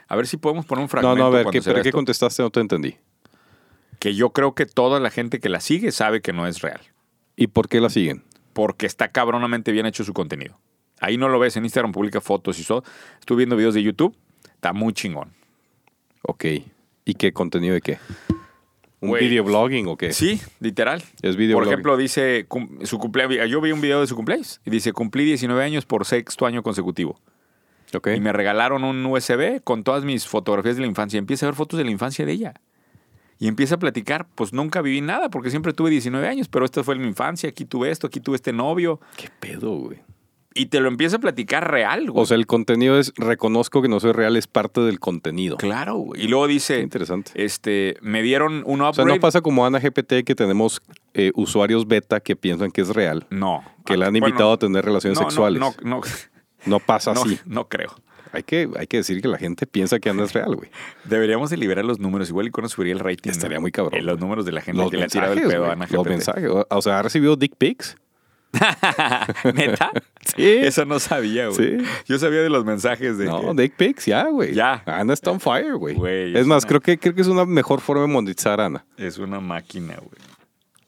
A: a ver si podemos poner un fragmento.
B: no, no, a ver,
A: cuando
B: ¿qué,
A: se vea
B: pero ¿qué
A: esto,
B: contestaste? No te entendí.
A: que yo creo que toda la gente que la sigue sabe que no es real,
B: ¿Y por qué la siguen?
A: porque está cabronamente bien hecho su contenido. Ahí no lo ves, en Instagram publica fotos y todo. Estuve viendo videos de YouTube, está muy chingón.
B: Ok. ¿Y qué contenido de qué? ¿Un
A: Güey.
B: videoblogging o qué?
A: Sí, literal.
B: Es video
A: Por
B: blog.
A: ejemplo, dice cum- su cumpleaños. Yo vi un video de su cumpleaños y dice cumplí 19 años por sexto año consecutivo.
B: Ok.
A: Y me regalaron un USB con todas mis fotografías de la infancia. Empieza a ver fotos de la infancia de ella. Y empieza a platicar, pues nunca viví nada, porque siempre tuve 19 años, pero esta fue mi infancia, aquí tuve esto, aquí tuve este novio.
B: ¿Qué pedo, güey?
A: Y te lo empieza a platicar real, güey.
B: O sea, el contenido es reconozco que no soy real, es parte del contenido.
A: claro, güey. Y luego
B: Qué
A: dice,
B: interesante.
A: este, me dieron un
B: O sea,
A: upgrade.
B: no pasa como Ana GPT que tenemos eh, usuarios beta que piensan que es real,
A: No.
B: que la han
A: Ah, Bueno,
B: invitado a tener relaciones
A: no, no,
B: sexuales.
A: No, no,
B: No pasa
A: no,
B: así.
A: no creo.
B: Hay que, hay que decir que la gente piensa que Ana es real, güey.
A: Deberíamos de liberar los números, igual y con eso subiría el rating. ¿no?
B: Estaría muy cabrón.
A: Eh, los números de la gente
B: Los
A: que le ha tirado
B: mensajes,
A: el pedo
B: güey,
A: a Ana
B: los
A: GPT.
B: mensajes. O- O sea, ¿ha recibido dick pics?
A: ¿Neta?
B: Sí.
A: Eso no sabía, Ah, güey.
B: Sí.
A: Yo sabía de los mensajes de.
B: No,
A: que-
B: dick pics, ya, güey.
A: Ya.
B: Ana está on fire, güey.
A: Güey,
B: Es
A: es
B: más,
A: una-
B: creo que, creo que es una mejor forma de monetizar a Ana.
A: Es una máquina, güey.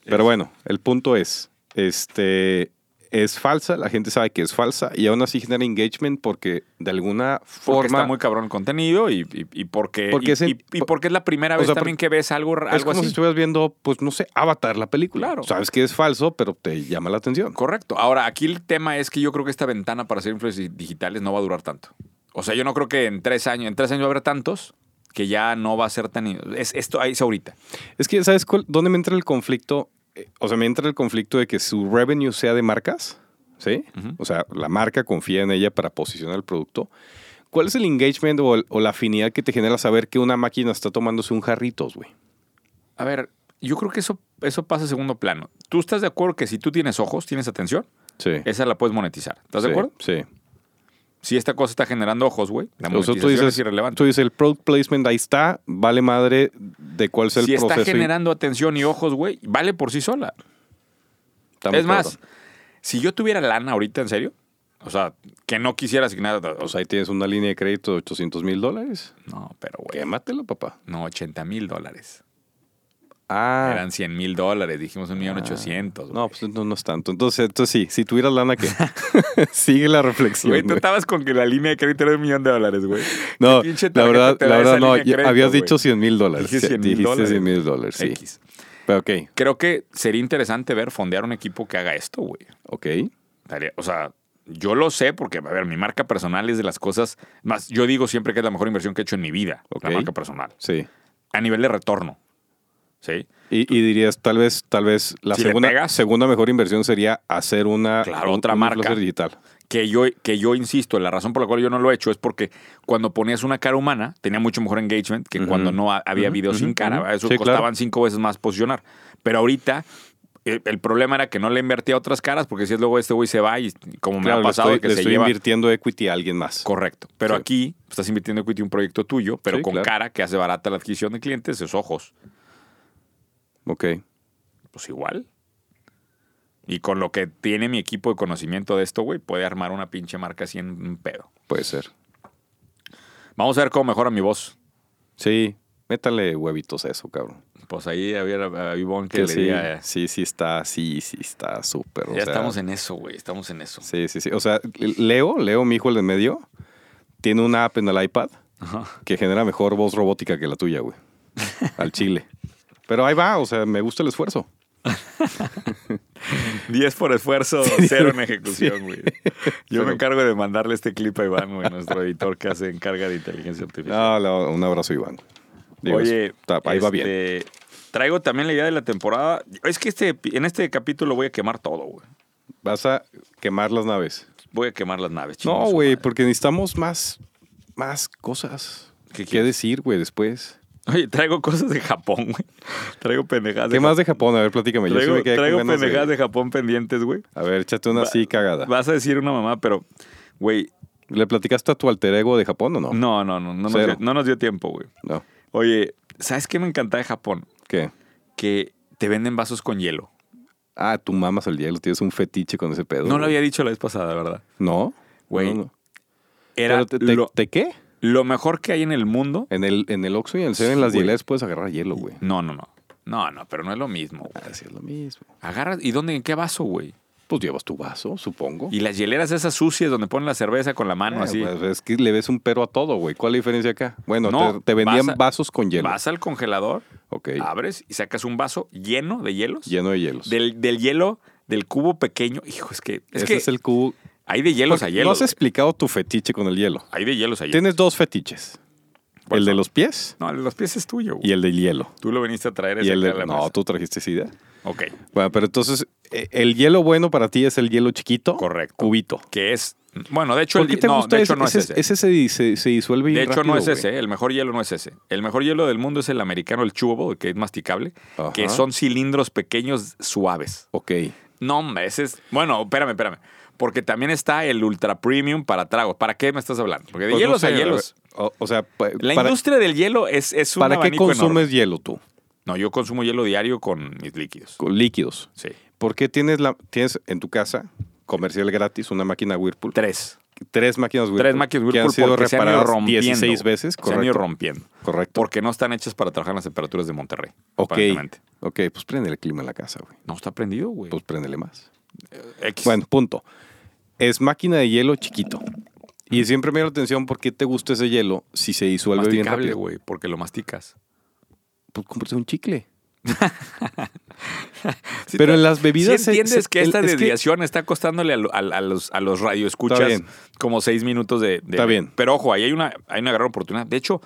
B: Pero bueno, el punto es, este, es falsa, la gente sabe que es falsa y aún así genera engagement porque de alguna forma...
A: Porque está muy cabrón el contenido y, y, y porque,
B: Porque
A: y,
B: es en-
A: y- y porque es la primera
B: o
A: vez
B: sea,
A: también que ves algo,
B: es
A: algo
B: como si
A: así.
B: estuvieras viendo, pues no sé, Avatar, la película.
A: Claro.
B: Sabes que es falso, pero te llama la atención.
A: Correcto. Ahora, aquí el tema es que yo creo que esta ventana para hacer influencers digitales no va a durar tanto. O sea, yo no creo que en tres años, en tres años va a haber tantos que ya no va a ser tan... Es, esto ahí es ahorita.
B: Es que, ¿sabes cuál- dónde me entra el conflicto? Eh, O sea, me entra el conflicto de que su revenue sea de marcas, ¿sí?
A: Ujú.
B: O sea, la marca confía en ella para posicionar el producto. ¿Cuál es el engagement o, el- o la afinidad que te genera saber que una máquina está tomándose un jarritos, güey?
A: A ver, yo creo que eso, eso pasa a segundo plano. ¿Tú estás de acuerdo que si tú tienes ojos, tienes atención?
B: Sí.
A: Esa la puedes monetizar. ¿Estás
B: Sí,
A: de acuerdo?
B: Sí.
A: Si esta cosa está generando ojos, güey, la
B: O sea,
A: monetización
B: tú dices,
A: es irrelevante.
B: tú dices, el product placement ahí está, vale madre de cuál es el
A: si
B: proceso.
A: está
B: y-
A: generando atención y ojos, güey, vale por sí sola.
B: Está muy
A: es más,
B: cabrón.
A: si yo tuviera lana ahorita, en serio, o sea, que no quisiera asignar, o
B: Pues
A: sea,
B: ahí tienes una línea de crédito de 800 mil dólares.
A: no, pero güey,
B: Quématelo, papá.
A: no, 80 mil dólares.
B: Ah.
A: Eran 100 mil dólares, dijimos un millón ochocientos.
B: No, pues no, no es tanto. Entonces, entonces sí, si tuvieras lana que sigue la reflexión.
A: Güey, tú
B: güey.
A: estabas con que la línea de crédito era un millón de dólares, güey.
B: No,
A: ¿Qué pinche
B: la
A: tarjeta
B: verdad,
A: te da
B: la
A: esa
B: verdad no,
A: línea de
B: ya-
A: crédito,
B: habías
A: güey?
B: dicho 100 mil dólares.
A: Dije
B: Sí,
A: 100,000
B: Dijiste
A: dólares,
B: 100 mil dólares, Pues sí.
A: X.
B: Pero ok,
A: Creo que sería interesante ver fondear un equipo que haga esto, güey.
B: ok.
A: Estaría- O sea, yo lo sé porque, a ver, mi marca personal es de las cosas más. Yo digo siempre que es la mejor inversión que he hecho en mi vida,
B: Ok.
A: la marca personal,
B: Sí.
A: a nivel de retorno. ¿Sí?
B: Y, y dirías, tal vez, tal vez la
A: Si le
B: segunda,
A: pegas.
B: segunda mejor inversión sería hacer una
A: Claro,
B: un-
A: otra
B: un
A: marca.
B: influencer digital.
A: Que yo, que yo insisto, la razón por la cual yo no lo he hecho es porque cuando ponías una cara humana tenía mucho mejor engagement que
B: Ujú.
A: cuando no ha- había
B: Ujú,
A: videos
B: ujú,
A: sin cara.
B: ujú.
A: Eso
B: Sí, claro.
A: costaban cinco veces más posicionar. Pero ahorita eh, el problema era que no le invertía a otras caras porque si es luego este güey se va y como me
B: Claro,
A: ha
B: le
A: pasado
B: estoy,
A: que
B: le
A: se
B: estoy
A: lleva.
B: invirtiendo equity a alguien más.
A: Correcto. Pero
B: Sí.
A: aquí estás invirtiendo equity en un proyecto tuyo, pero
B: Sí,
A: con
B: claro.
A: cara que hace barata la adquisición de clientes, es ojos.
B: Ok.
A: Pues igual. Y con lo que tiene mi equipo de conocimiento de esto, güey, puede armar una pinche marca así en un pedo.
B: Puede ser.
A: Vamos a ver cómo mejora mi voz.
B: Sí, métale huevitos a eso, cabrón.
A: Pues ahí había a Ivonne que, le
B: sí,
A: diga. eh,
B: sí, sí está, sí, sí está súper. o
A: ya
B: sea,
A: estamos en eso, güey. Estamos en eso.
B: Sí, sí, sí. O sea, Leo, Leo, mi hijo, el de en medio, tiene una app en el iPad
A: Ajá.
B: que genera mejor voz robótica que la tuya, güey. Al chile. Pero ahí va, o sea, me gusta el esfuerzo.
A: 10 por esfuerzo, cero en ejecución, güey. Yo
B: Cero.
A: me encargo de mandarle este clip a Iván, güey, nuestro editor que hace encarga de inteligencia artificial.
B: Ah, la- un abrazo, Iván. Digo,
A: Oye,
B: está- ahí va bien.
A: este, Traigo también la idea de la temporada. Es que este, en este capítulo voy a quemar todo, güey.
B: Vas a quemar las naves.
A: Voy a quemar las naves, chingue
B: No,
A: su
B: güey,
A: madre.
B: porque necesitamos más, más cosas.
A: ¿Qué
B: ¿Qué,
A: quieres?
B: decir, güey, después?
A: Oye, traigo cosas de Japón, güey. Traigo pendejadas.
B: ¿Qué más de Japón? A ver, platícame. Yo sí
A: Traigo,
B: me quedé con
A: traigo
B: ganas de-
A: pendejadas de Japón pendientes, güey.
B: A ver, échate una
A: Va-
B: así cagada.
A: Vas a decir una mamá, pero, güey,
B: ¿Le platicaste a tu alter ego de Japón o no?
A: no, no, no, no, nos
B: Cero.
A: dio, no nos dio tiempo, güey.
B: No.
A: Oye, ¿sabes qué me encanta de Japón?
B: ¿Qué?
A: Que te venden vasos con hielo.
B: Ah, tú mamas el hielo, tienes un fetiche con ese pedo.
A: No lo
B: güey.
A: había dicho la vez pasada, ¿verdad?
B: No.
A: Güey,
B: No, no.
A: Era
B: Pero te, te-
A: lo,
B: ¿te qué?
A: lo mejor que hay en el mundo
B: En el, en el Oxxo y en el 7 en las
A: Güey.
B: hieleras puedes agarrar hielo, güey.
A: No, no, no. No, no, pero no es lo mismo. güey.
B: Así es lo mismo.
A: Agarras, ¿y dónde? ¿En qué vaso, güey?
B: Pues llevas tu vaso, supongo.
A: Y las hieleras esas sucias donde ponen la cerveza con la mano
B: Eh,
A: así.
B: pues, es que le ves un pero a todo, güey. ¿Cuál es la diferencia acá? Bueno,
A: No,
B: te, te vendían
A: vas a-
B: vasos con hielo.
A: Vas al congelador,
B: Ok.
A: abres y sacas un vaso lleno de hielos.
B: Lleno de hielos.
A: Del, del hielo, del cubo pequeño. Hijo, es que, es
B: Ese
A: que
B: es el cubo.
A: hay de hielos a
B: Porque
A: hielos.
B: No has
A: güey.
B: explicado tu fetiche con el hielo.
A: Hay de hielos a hielos.
B: Tienes dos fetiches.
A: ¿Cuál
B: El de
A: son?
B: los pies
A: No, el de los pies es tuyo. güey.
B: y el del hielo.
A: Tú lo viniste a traer
B: Y
A: ese
B: el
A: acá
B: de-
A: a la
B: No,
A: mesa.
B: tú trajiste esa idea.
A: Ok,
B: Bueno, pero entonces, eh, el hielo bueno para ti es el hielo chiquito.
A: Correcto.
B: Cubito.
A: que es... Bueno, de hecho,
B: ¿Por
A: el,
B: qué te
A: no,
B: gusta
A: de hecho
B: ese?
A: no es ese.
B: Ese se, di- se- se disuelve
A: De
B: bien
A: hecho, no
B: rápido,
A: es
B: güey.
A: ese. El mejor hielo no es ese. El mejor hielo del mundo es el americano, el chubable, que es masticable,
B: Ajá.
A: que son cilindros pequeños suaves.
B: Ok.
A: No, hombre, ese es. Bueno, espérame, espérame. Porque también está el ultra premium para tragos. ¿Para qué me estás hablando? Porque de
B: Pues
A: hielos
B: no sé,
A: a hielos.
B: O, o sea, pa-
A: La
B: para,
A: industria del hielo es, es un
B: ¿para qué
A: abanico
B: consumes
A: enorme.
B: hielo tú?
A: No, yo consumo hielo diario con mis líquidos.
B: Con líquidos.
A: Sí.
B: ¿Por qué tienes, la, tienes en tu casa comercial gratis una máquina Whirlpool?
A: Tres.
B: tres máquinas Whirlpool.
A: Tres máquinas
B: que
A: Whirlpool
B: han sido
A: porque se han ido
B: reparadas
A: rompiendo.
B: 16 veces.
A: Se han ido
B: Correcto.
A: rompiendo.
B: correcto.
A: Porque no están hechas para trabajar en las temperaturas de Monterrey.
B: ok.
A: aparentemente.
B: Ok, pues prende el clima en la casa, güey.
A: No está prendido, güey.
B: Pues préndele más.
A: X.
B: Bueno, punto. Es máquina de hielo chiquito. Y siempre me dio la atención por qué te gusta ese hielo si se disuelve bien
A: masticable,
B: rápido.
A: güey, porque lo masticas.
B: Pues cómprate un chicle. Pero en las bebidas...
A: Si
B: se-
A: entiendes
B: se-
A: que
B: el-
A: esta
B: es
A: desviación está costándole a, lo- a- a los, a los
B: Está
A: radioescuchas
B: bien.
A: como seis minutos de, de-
B: Está bien.
A: Pero ojo, ahí hay una, hay una gran oportunidad. De hecho,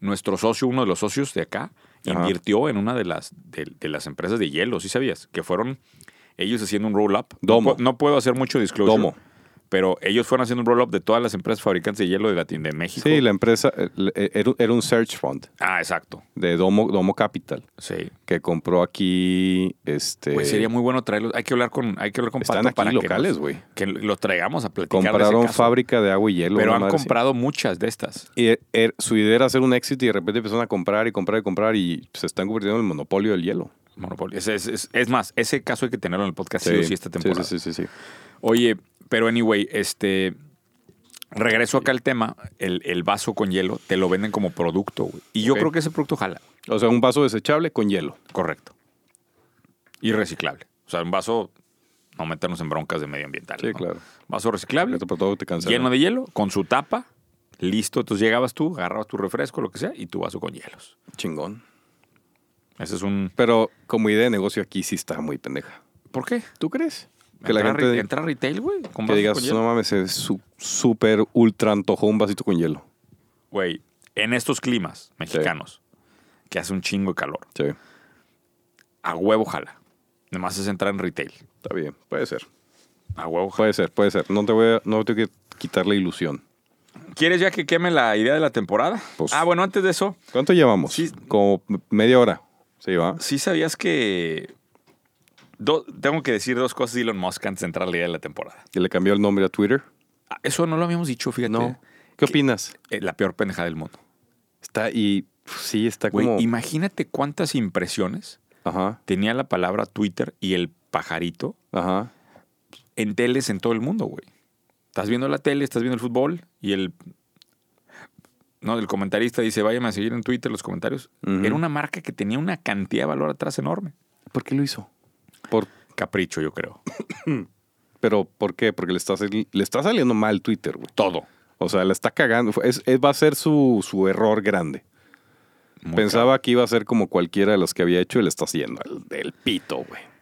A: nuestro socio, uno de los socios de acá,
B: Ajá.
A: invirtió en una de las, de, de las empresas de hielo, ¿sí sabías? Que fueron ellos haciendo un roll-up.
B: Domo.
A: No, pu- no puedo hacer mucho disclosure.
B: Domo.
A: Pero ellos fueron haciendo un roll-up de todas las empresas fabricantes de hielo de, Latin, de México.
B: Sí, la empresa eh, eh, era, era un search fund
A: Ah, exacto.
B: de Domo, Domo Capital
A: Sí.
B: que compró aquí este
A: Pues sería muy bueno traerlos. Hay que hablar con, hay que hablar con
B: están
A: Pato
B: aquí
A: para que
B: locales,
A: nos-
B: güey.
A: que, los traigamos a platicar. de ese
B: Compraron
A: caso.
B: fábrica de agua y hielo.
A: Pero
B: una
A: han
B: madre así.
A: comprado muchas de estas.
B: Y er- er- su idea era hacer un éxito y de repente empezaron a comprar y comprar y comprar y se están convirtiendo en el monopolio del hielo.
A: Monopolio. Es, es- es- es más, ese caso hay que tenerlo en el podcast sí o sí esta temporada.
B: Sí, sí, sí, sí.
A: Oye, pero anyway, este. Regreso acá al tema. El, el vaso con hielo te lo venden como producto, güey. Y yo
B: Ok.
A: creo que ese producto jala.
B: O sea, un vaso desechable con hielo.
A: Correcto. Y reciclable. O sea, un vaso. No meternos en broncas de medioambiental.
B: Sí,
A: ¿no?
B: claro.
A: Vaso reciclable.
B: Pero todo te cancela.
A: lleno de hielo, con su tapa, listo. Entonces llegabas tú, agarrabas tu refresco, lo que sea, y tu vaso con hielos.
B: Chingón.
A: Ese es un...
B: Pero como idea de negocio aquí sí está muy pendeja.
A: ¿Por qué?
B: ¿Tú crees? Que
A: entrar,
B: la
A: a
B: gente
A: re- entrar a retail, güey, con vaso
B: que
A: con
B: digas,
A: hielo.
B: no mames, se su- súper ultra antojó un vasito con hielo.
A: Güey, en estos climas mexicanos, que hace un chingo de calor,
B: Sí, está
A: a huevo jala. Además es entrar en retail.
B: bien. Puede ser.
A: A huevo jala.
B: Puede ser, puede ser. No te voy a, no tengo que quitar la ilusión.
A: Pues, ¿Quieres ya que queme la idea de la temporada?
B: Pues-
A: ah, bueno, antes de eso,
B: ¿Cuánto llevamos?
A: Sí.
B: Como media hora. Sí, va.
A: sí sabías que... do- tengo que decir dos cosas de Elon Musk antes de entrar a la idea de la temporada.
B: Que le cambió el nombre a Twitter.
A: Ah, Eso no lo habíamos dicho, fíjate.
B: No. ¿Qué opinas?
A: Eh, La peor pendeja del mundo.
B: Está y pues, sí, está
A: Güey,
B: como.
A: imagínate cuántas impresiones
B: Ajá,
A: tenía la palabra Twitter y el pajarito
B: ajá.
A: en teles en todo el mundo, güey. Estás viendo la tele, estás viendo el fútbol y el. No, el comentarista dice, váyame a seguir en Twitter los comentarios.
B: Ujú.
A: Era una marca que tenía una cantidad de valor atrás enorme.
B: ¿Por qué lo hizo? Por,
A: Capricho, yo creo.
B: pero ¿por qué? Porque le está, sali- le está saliendo mal Twitter, güey.
A: Todo.
B: O sea, le está cagando. Fue- es- es- va a ser su, su error grande.
A: Muy
B: Pensaba que iba a ser como cualquiera de los que había hecho y le está haciendo el, del pito, güey.
A: caro.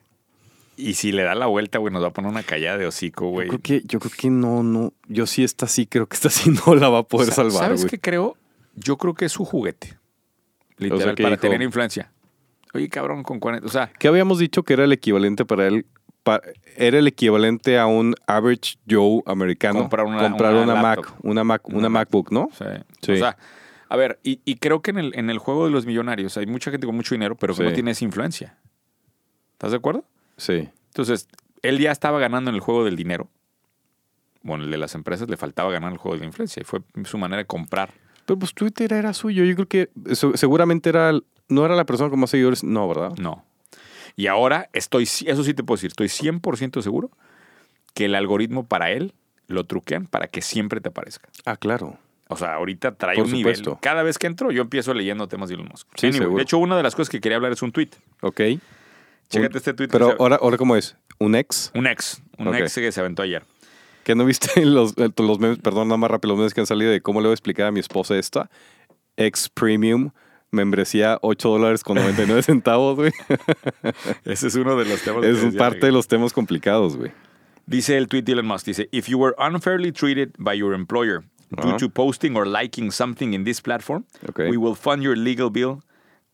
A: Y si le da la vuelta, güey, nos va a poner una callada de hocico,
B: Yo
A: güey.
B: creo que, yo creo que no, no. Yo sí esta sí creo que esta sí no la va a poder
A: Sa-
B: salvar,
A: ¿Sabes
B: güey.
A: qué creo? Yo creo que es su juguete. Literal,
B: que
A: para
B: dijo-
A: tener influencia. Oye, cabrón, con 40. O sea,
B: ¿Qué habíamos dicho que era el equivalente para él? Pa- era el equivalente a un average Joe americano.
A: Comprar una-
B: comprar
A: una
B: una, Mac,
A: laptop.
B: una Mac, una MacBook, ¿no?
A: Sí.
B: Sí.
A: O sea, a ver, y, y creo que en el, en el juego de los millonarios hay mucha gente con mucho dinero, pero que
B: Sí.
A: no tiene esa influencia. ¿Estás de acuerdo?
B: Sí.
A: Entonces, él ya estaba ganando en el juego del dinero. Bueno, el de las empresas le faltaba ganar el juego de la influencia y fue su manera de comprar.
B: Pero pues Twitter era suyo. Yo creo que se- seguramente era el- no era la persona con más seguidores. No, ¿verdad?
A: No. Y ahora estoy, ci- eso sí te puedo decir, estoy 100% seguro que el algoritmo para él lo truquean para que siempre te aparezca.
B: Ah, claro.
A: O sea, ahorita trae
B: Por
A: un
B: supuesto.
A: nivel. Cada vez que entro, yo empiezo leyendo temas de Elon Musk.
B: Sí, seguro.
A: de hecho, una de las cosas que quería hablar es un tweet.
B: Ok.
A: Chécate
B: Un-
A: este tweet. que
B: Pero
A: se-
B: ahora, ahora ¿cómo es? ¿Un ex?
A: Un ex. Un
B: Ok.
A: ex que se aventó ayer.
B: Que no viste los, el- los memes, perdón, nada más rápido, los memes que han salido de cómo le voy a explicar a mi esposa esta. Ex Premium, membresía 8 dólares con 99 centavos, güey.
A: Ese es uno de los temas. que
B: Es
A: decía.
B: parte de los temas complicados, güey.
A: Dice el tweet de Elon Musk, dice, If you were unfairly treated by your employer due
B: Ajá.
A: to posting or liking something in this platform,
B: Ah. Ok.
A: we will fund your legal bill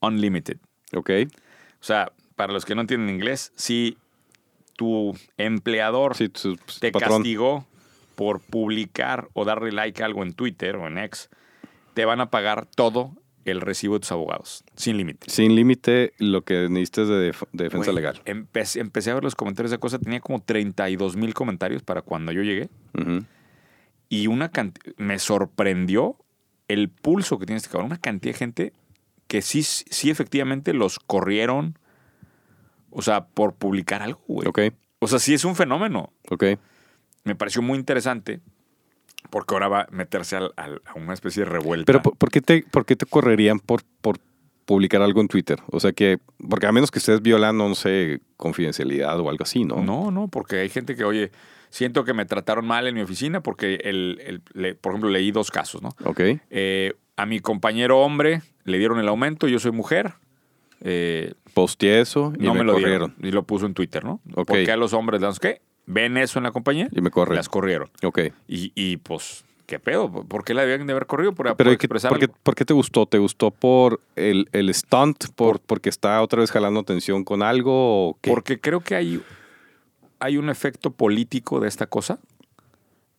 A: unlimited.
B: Ok.
A: O sea, para los que no entienden inglés, si tu empleador
B: Sí, su, su
A: te
B: patrón.
A: castigó por publicar o darle like a algo en Twitter o en X, te van a pagar todo el recibo de tus abogados, sin límite.
B: Sin límite, lo que necesitas de, def- de defensa
A: Güey,
B: legal.
A: Empecé, empecé a ver los comentarios de esa cosa. Tenía como 32 mil comentarios para cuando yo llegué.
B: Ujú.
A: Y una canti- me sorprendió el pulso que tiene este cabrón. Una cantidad de gente que sí, sí efectivamente los corrieron. O sea, por publicar algo, güey.
B: Ok,
A: O sea, sí es un fenómeno.
B: ok.
A: Me pareció muy interesante porque ahora va a meterse al- al- a una especie de revuelta.
B: Pero ¿por, por qué te, por qué te correrían por, por publicar algo en Twitter? O sea que, porque a menos que estés violando, no sé, confidencialidad o algo así, ¿no?
A: No, no, porque hay gente que, oye, siento que me trataron mal en mi oficina porque, el, el- le- por ejemplo, leí dos casos, ¿no?
B: Ok,
A: Eh, a mi compañero hombre le dieron el aumento, yo soy mujer. eh,
B: posteé eso y
A: no
B: me,
A: me, lo
B: corrieron.
A: dieron. Y lo puso en Twitter, ¿no?
B: Ok.
A: Porque a los hombres, ¿sabes qué? Ven eso en la compañía.
B: Y me corren.
A: Las corrieron.
B: Ok.
A: Y, y, pues, ¿qué pedo? ¿Por qué la debían de haber corrido? Por, por
B: Pero ¿y qué-
A: expresar
B: ¿por, qué,
A: algo.
B: por qué te gustó? ¿Te gustó por el, el stunt? Por, ¿Porque está otra vez jalando atención con algo? ¿o qué?
A: Porque creo que hay, hay un efecto político de esta cosa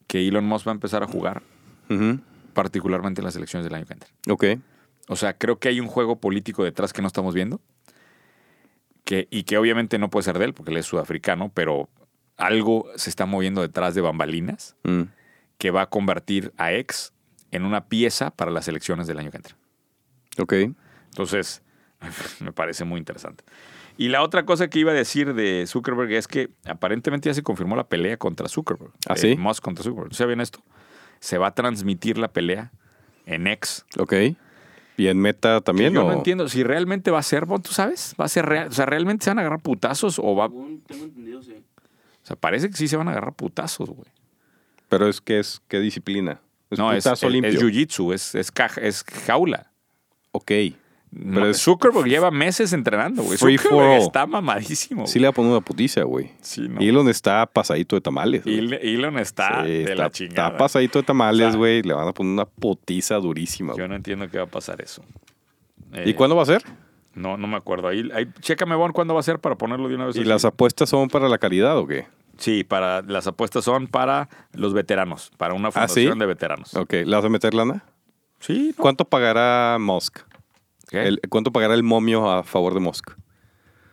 A: que Elon Musk va a empezar a jugar,
B: Ujú.
A: particularmente en las elecciones del año que entra.
B: Ok.
A: O sea, creo que hay un juego político detrás que no estamos viendo. Que, y que obviamente no puede ser de él, porque él es sudafricano, pero algo se está moviendo detrás de bambalinas
B: Mm.
A: que va a convertir a X en una pieza para las elecciones del año que entra.
B: Ok.
A: Entonces, me parece muy interesante. Y la otra cosa que iba a decir de Zuckerberg es que aparentemente ya se confirmó la pelea contra Zuckerberg.
B: ¿Ah,
A: Eh,
B: sí?
A: Musk contra Zuckerberg. ¿Saben esto? Se va a transmitir la pelea en X.
B: Ok. ¿Y en meta
A: Que
B: también?
A: Yo
B: o-
A: no entiendo si realmente va a ser, Bon, ¿tú sabes? ¿Va a ser real? O sea, ¿realmente se van a agarrar putazos o va...? O
C: Según tengo entendido, sí.
A: sea, parece que sí se van a agarrar putazos, güey.
B: Pero es que es, ¿qué disciplina? Es
A: No, es, es,
B: putazo limpio.
A: es jiu-jitsu, es, es, caja- es jaula.
B: ok.
A: No,
B: Pero es-
A: Zuckerberg lleva meses entrenando, güey.
B: Free for
A: Zuckerberg
B: all.
A: está mamadísimo,
B: Sí
A: güey.
B: le va a poner una putiza, güey.
A: Sí, Oh. no.
B: Elon está pasadito de tamales. güey.
A: Il- Elon está
B: Sí,
A: de
B: está-
A: la chingada.
B: Está pasadito de tamales,
A: O sea,
B: güey. le van a poner una potiza durísima.
A: Yo
B: güey.
A: no entiendo qué va a pasar eso.
B: ¿Y
A: Eh,
B: cuándo va a ser?
A: No, no me acuerdo. Ahí, ahí- chécame, Bon, cuándo va a ser para ponerlo de una vez.
B: ¿Y
A: aquí?
B: las apuestas son para la caridad o qué?
A: Sí, para, las apuestas son para los veteranos, para una
B: ¿Ah, sí?
A: fundación de veteranos.
B: Ok. ¿Le vas a meter lana?
A: Sí, no.
B: ¿Cuánto pagará Musk?
A: ¿Qué?
B: El- ¿Cuánto pagará el momio a favor de Musk?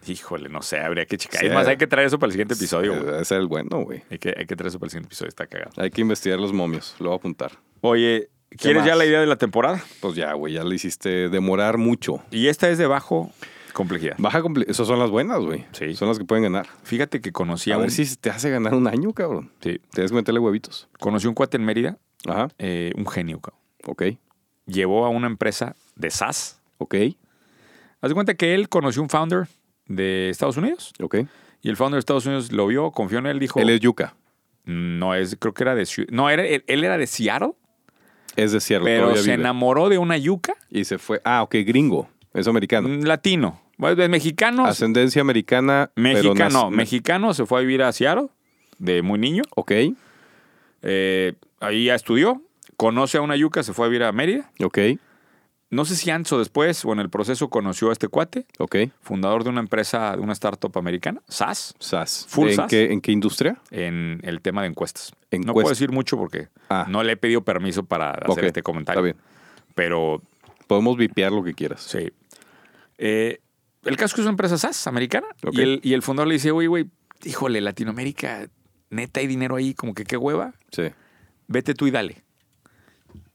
A: Híjole, no sé, habría que checar.
B: Sí.
A: Es más, hay que traer eso para el siguiente Este episodio. güey.
B: Ese es el bueno, güey.
A: Hay que, hay que traer eso para el siguiente episodio, está cagado.
B: Hay que investigar los momios. Lo voy a apuntar.
A: Oye, ¿quieres ya
B: más?
A: la idea de la temporada?
B: Pues ya, güey. Ya le hiciste demorar mucho.
A: Y esta es de bajo complejidad.
B: Baja compli- Esas son las buenas, güey.
A: Sí.
B: Son las que pueden ganar.
A: Fíjate que conocí a,
B: a
A: un,
B: ver si te hace ganar un año, cabrón.
A: sí,
B: Tienes que meterle huevitos.
A: conocí un cuate en Mérida,
B: Ajá.
A: eh, un genio, cabrón.
B: Ok.
A: Llevó a una empresa de SaaS,
B: Ok.
A: Haz de cuenta que él conoció un founder de Estados Unidos
B: Ok.
A: y el founder de Estados Unidos lo vio, confió en él, dijo,
B: Él es yuca.
A: no es, creo que era de, Ciu- no era, él, él era de Seattle,
B: Es de Sierra.
A: pero
B: todavía
A: se
B: vive.
A: enamoró de una yuca,
B: Y se fue. Ah, ok. Gringo. Es americano.
A: un latino, bueno, de mexicano,
B: Ascendencia americana. pero
A: mexicano,
B: nace-
A: mexicano, se fue a vivir a Seattle de muy niño,
B: Ok.
A: Eh, ahí ya estudió, conoce a una yuca, se fue a vivir a Mérida,
B: Ok.
A: no sé si antes o después o en el proceso conoció a este cuate,
B: Ok.
A: fundador de una empresa, de una startup americana, SAS,
B: SAS.
A: Full
B: ¿En,
A: SAS.
B: Qué, ¿En qué industria?
A: en el tema de encuestas. No
B: Encuestas.
A: puedo decir mucho porque
B: Ah.
A: no le he pedido permiso para hacer
B: Ok,
A: este comentario.
B: Está bien.
A: Pero
B: Podemos vipear lo que quieras.
A: sí. Eh, el caso es que es una empresa SaaS americana
B: Ok.
A: y, el, y el fundador le dice, güey, güey, híjole, Latinoamérica, neta hay dinero ahí, como que qué hueva,
B: Sí.
A: vete tú y dale.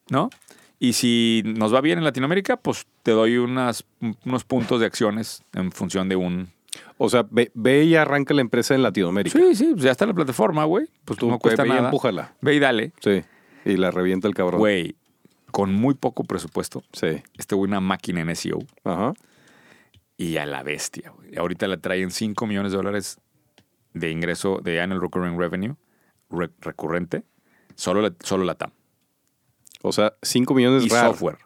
A: ¿No? Y si nos va bien en Latinoamérica, pues te doy unas, unos puntos de acciones en función de un...
B: O sea, ve, ve y arranca la empresa en Latinoamérica.
A: Sí, sí, pues ya está en la plataforma, güey. Pues
B: Tú
A: no cuesta
B: ve y
A: nada.
B: empújala.
A: Ve y dale.
B: Sí. Y la revienta el cabrón.
A: Güey, con muy poco presupuesto,
B: Sí.
A: este güey una máquina en SEO
B: Ajá.
A: y a la bestia. güey. Ahorita la traen 5 millones de dólares de ingreso de annual recurring revenue re- recurrente, solo la, solo la TAM
B: O sea, 5 millones
A: y
B: RAR.
A: software.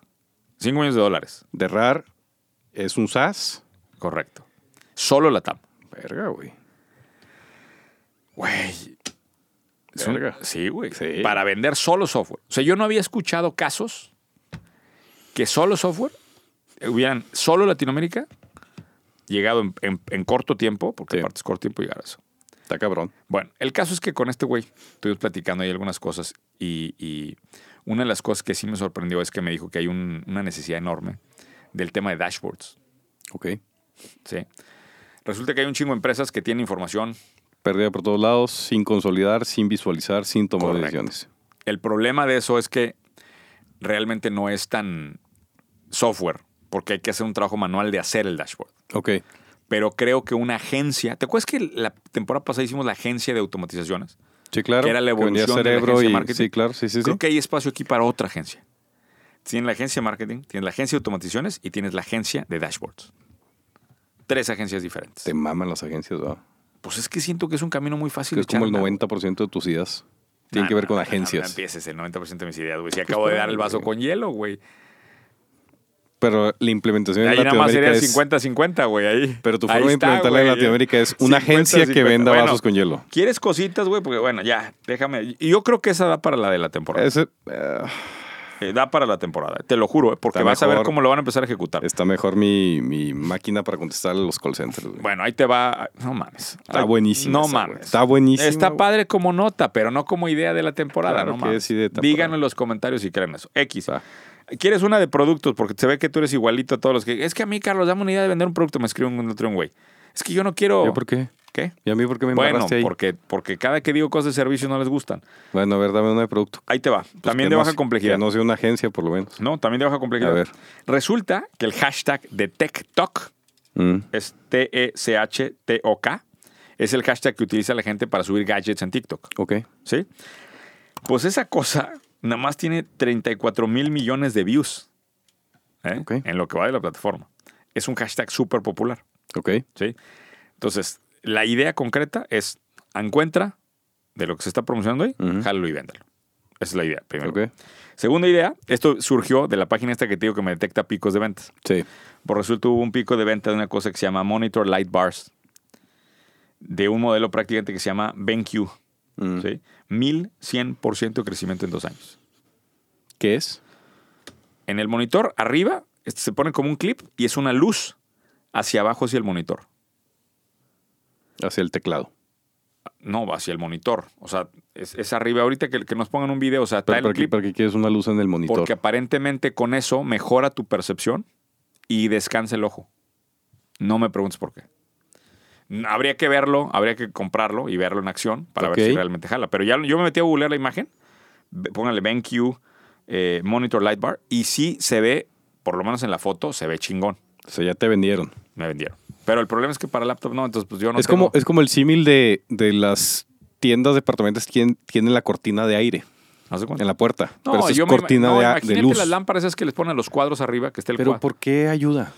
A: 5 millones de dólares,
B: De RAR es un SAS.
A: correcto. Solo la TAM.
B: Verga, güey.
A: Güey. Es un-
B: Verga.
A: ¿Eh? sí, güey.
B: Sí.
A: Para vender solo software. O sea, yo no había escuchado casos que solo software eh, hubieran, solo Latinoamérica, llegado en, en- en corto tiempo, porque
B: Sí.
A: aparte es corto tiempo llegar a eso.
B: Está cabrón.
A: Bueno, el caso es que con este güey estuvimos platicando ahí algunas cosas y, y una de las cosas que sí me sorprendió es que me dijo que hay un- una necesidad enorme del tema de dashboards.
B: Ok.
A: ¿sí? Resulta que hay un chingo de empresas que tienen información.
B: Pérdida por todos lados, sin consolidar, sin visualizar, sin tomar
A: Correcto.
B: decisiones.
A: El problema de eso es que realmente no es tan software, porque hay que hacer un trabajo manual de hacer el dashboard.
B: Ok.
A: Pero creo que una agencia, ¿te acuerdas que la temporada pasada hicimos la agencia de automatizaciones?
B: Sí, claro.
A: Que era la
B: venía
A: evolución de la
B: cerebro
A: agencia de
B: y-
A: marketing.
B: Sí, claro. Sí, sí,
A: Creo
B: sí.
A: que hay espacio aquí para otra agencia. Tienes la agencia de marketing, tienes la agencia de automatizaciones y tienes la agencia de dashboards. Tres agencias diferentes.
B: Te maman las agencias, ¿verdad?
A: Pues es que siento que es un camino muy fácil. de
B: Que es como el
A: echar andar.
B: 90% de tus ideas. Tienen
A: Nah,
B: que ver
A: nah,
B: con
A: nah, No,
B: agencias. Pues
A: empieces el 90% de mis ideas, güey. Si acabo de dar el vaso
B: güey.
A: con hielo, güey.
B: Pero la implementación
A: Ahí
B: en
A: nada más sería
B: Latinoamérica es...
A: 50-50, güey. Ahí.
B: Pero tu
A: Ahí
B: forma de
A: está,
B: implementarla en
A: güey.
B: Latinoamérica es una agencia que
A: 50-50.
B: venda
A: Bueno,
B: vasos con hielo.
A: ¿Quieres cositas, güey? Porque bueno, ya, déjame. Y yo creo que esa da para la de la temporada.
B: Ese, eh,
A: Eh, da para la temporada, te lo juro, eh, porque
B: Está
A: vas a ver
B: mejor.
A: cómo lo van a empezar a ejecutar.
B: Está mejor mi, mi máquina para contestar a los call centers. güey.
A: Bueno, ahí te va. No mames.
B: Está
A: Ay,
B: buenísima
A: No
B: esa,
A: mames.
B: güey. Está buenísima,
A: Está
B: güey.
A: padre como nota, pero no como idea de la temporada.
B: Claro
A: no
B: que
A: mames.
B: es idea de temporada.
A: Díganlo en los comentarios si creen eso. X.
B: Va.
A: ¿Quieres una de productos? Porque se ve que tú eres igualito a todos los que. Es que a mí, Carlos, dame una idea de vender un producto. Me escribe un otro güey. Es que yo no quiero.
B: ¿Yo por qué?
A: ¿Qué?
B: ¿Y a mí por qué me
A: Bueno,
B: embarraste ahí?
A: porque, porque cada que digo cosas de servicio no les gustan.
B: Bueno, a ver, dame una de producto.
A: Ahí te va.
B: Pues
A: también
B: que
A: de
B: no
A: baja
B: sea-
A: complejidad.
B: Que no sea una agencia, por lo menos.
A: No, también de baja complejidad.
B: A ver.
A: Resulta que el hashtag de TechTok
B: Mm.
A: es E T-E-C-H-T-O-K. Es el hashtag que utiliza la gente para subir gadgets en TikTok.
B: Ok.
A: ¿Sí? Pues esa cosa nada más tiene 34 mil millones de views ¿eh?
B: Ok.
A: en lo que va de la plataforma. Es un hashtag súper popular.
B: Ok.
A: ¿sí? Entonces, la idea concreta es encuentra de lo que se está promocionando ahí,
B: Ujú.
A: jálalo y véndelo. Esa es la idea, primero.
B: Ok.
A: Segunda idea, esto surgió de la página esta que te digo que me detecta picos de ventas.
B: Sí.
A: Por resulta hubo un pico de venta de una cosa que se llama Monitor Light Bars, de un modelo prácticamente que se llama BenQ.
B: Mm.
A: ¿sí? 1100% de crecimiento en dos años.
B: ¿Qué es?
A: En el monitor, arriba, este se pone como un clip y es una luz hacia abajo hacia el monitor.
B: Hacia el teclado.
A: No, hacia el monitor. O sea, es, es arriba. Ahorita que, que nos pongan un video, o sea, está
B: Pero,
A: el
B: ¿para, qué,
A: clip.
B: para qué quieres una luz en el monitor?
A: Porque aparentemente con eso mejora tu percepción y descansa el ojo. No me preguntes por qué. N- Habría que verlo, habría que comprarlo y verlo en acción para
B: Ok.
A: ver si realmente jala. Pero ya lo- yo me metí a googlear la imagen, Ve- póngale BenQ, eh, Monitor Light Bar, y sí se ve, por lo menos en la foto, se ve chingón.
B: O sea, ya te vendieron.
A: Me vendieron. Pero el problema es que para laptop no, entonces pues yo no
B: es, como,
A: tengo-
B: es como el símil de, de las tiendas departamentos que tienen, tienen la cortina de aire
A: ¿Haz de cuenta?
B: en la puerta.
A: No,
B: pero eso es
A: yo me ima-
B: cortina
A: no,
B: de, a- de
A: imagínate
B: luz.
A: las lámparas esas que les ponen a los cuadros arriba, que esté el
B: Pero
A: cuadro.
B: ¿por qué ayuda?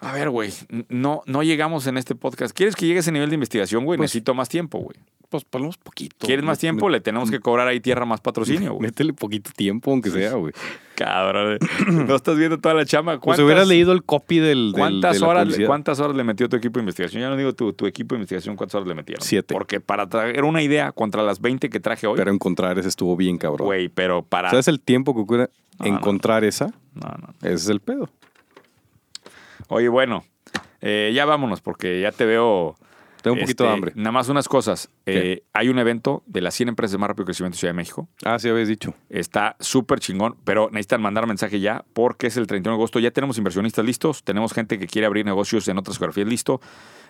A: A ver, güey, n- no, no llegamos en este podcast. ¿Quieres que llegue a ese nivel de investigación, güey?
B: Pues-
A: Necesito más tiempo, güey.
B: Pues ponemos poquito.
A: ¿Quieres más tiempo? Le tenemos que cobrar ahí tierra más patrocinio, güey.
B: Métele poquito tiempo, aunque sea, güey.
A: Cabrón, no estás viendo toda la chama.
B: eh. Pues
A: ¿Cuántas,
B: si hubieras leído el copy del. del-
A: cuántas
B: de la
A: horas,
B: publicidad.
A: ¿Cuántas horas le metió tu equipo de investigación? Ya no digo tu, tu equipo de investigación, ¿cuántas horas le metieron?
B: Siete.
A: Porque para traer una idea contra las 20 que traje hoy,
B: Pero encontrar ese estuvo bien cabrón.
A: güey, pero para...
B: ¿Sabes el tiempo que ocurre
A: No,
B: encontrar esa?
A: No, no.
B: Ese es el pedo.
A: Oye, bueno, eh, ya vámonos porque ya te veo...
B: Tengo un
A: Este,
B: poquito de hambre.
A: Nada más unas cosas. Eh, hay un evento de las 100 empresas de más rápido crecimiento de Ciudad de México.
B: Ah, sí, habéis dicho.
A: Está súper chingón, pero necesitan mandar mensaje ya porque es el 31 de agosto. Ya tenemos inversionistas listos, tenemos gente que quiere abrir negocios en otras geografías listo,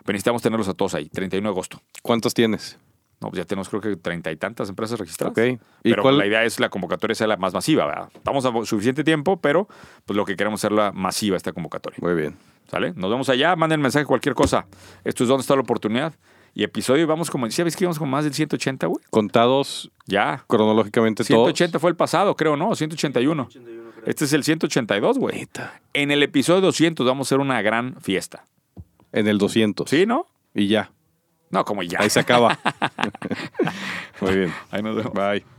A: pero necesitamos tenerlos a todos ahí, 31 de agosto.
B: ¿Cuántos tienes?
A: No, pues ya tenemos creo que treinta y tantas empresas registradas.
B: Ok. ¿Y
A: pero pues
B: cuál-
A: la idea es la convocatoria sea la más masiva, ¿verdad? Estamos a suficiente tiempo, pero pues lo que queremos es hacerla masiva esta convocatoria.
B: Muy bien.
A: ¿Sale? Nos vemos allá, manden mensaje cualquier cosa. Esto es donde está la oportunidad. Y episodio, vamos como, ¿sabes que íbamos con más del 180, güey?
B: Contados
A: Ya.
B: cronológicamente
A: 180 fue el pasado, creo, ¿no? 181. este es el 182, güey. En el episodio 200 vamos a hacer una gran fiesta.
B: todos. En el 200.
A: ¿Sí, no?
B: Y ya.
A: No, como ya.
B: Ahí se acaba. Muy bien.
A: Ahí nos vemos.
B: Bye.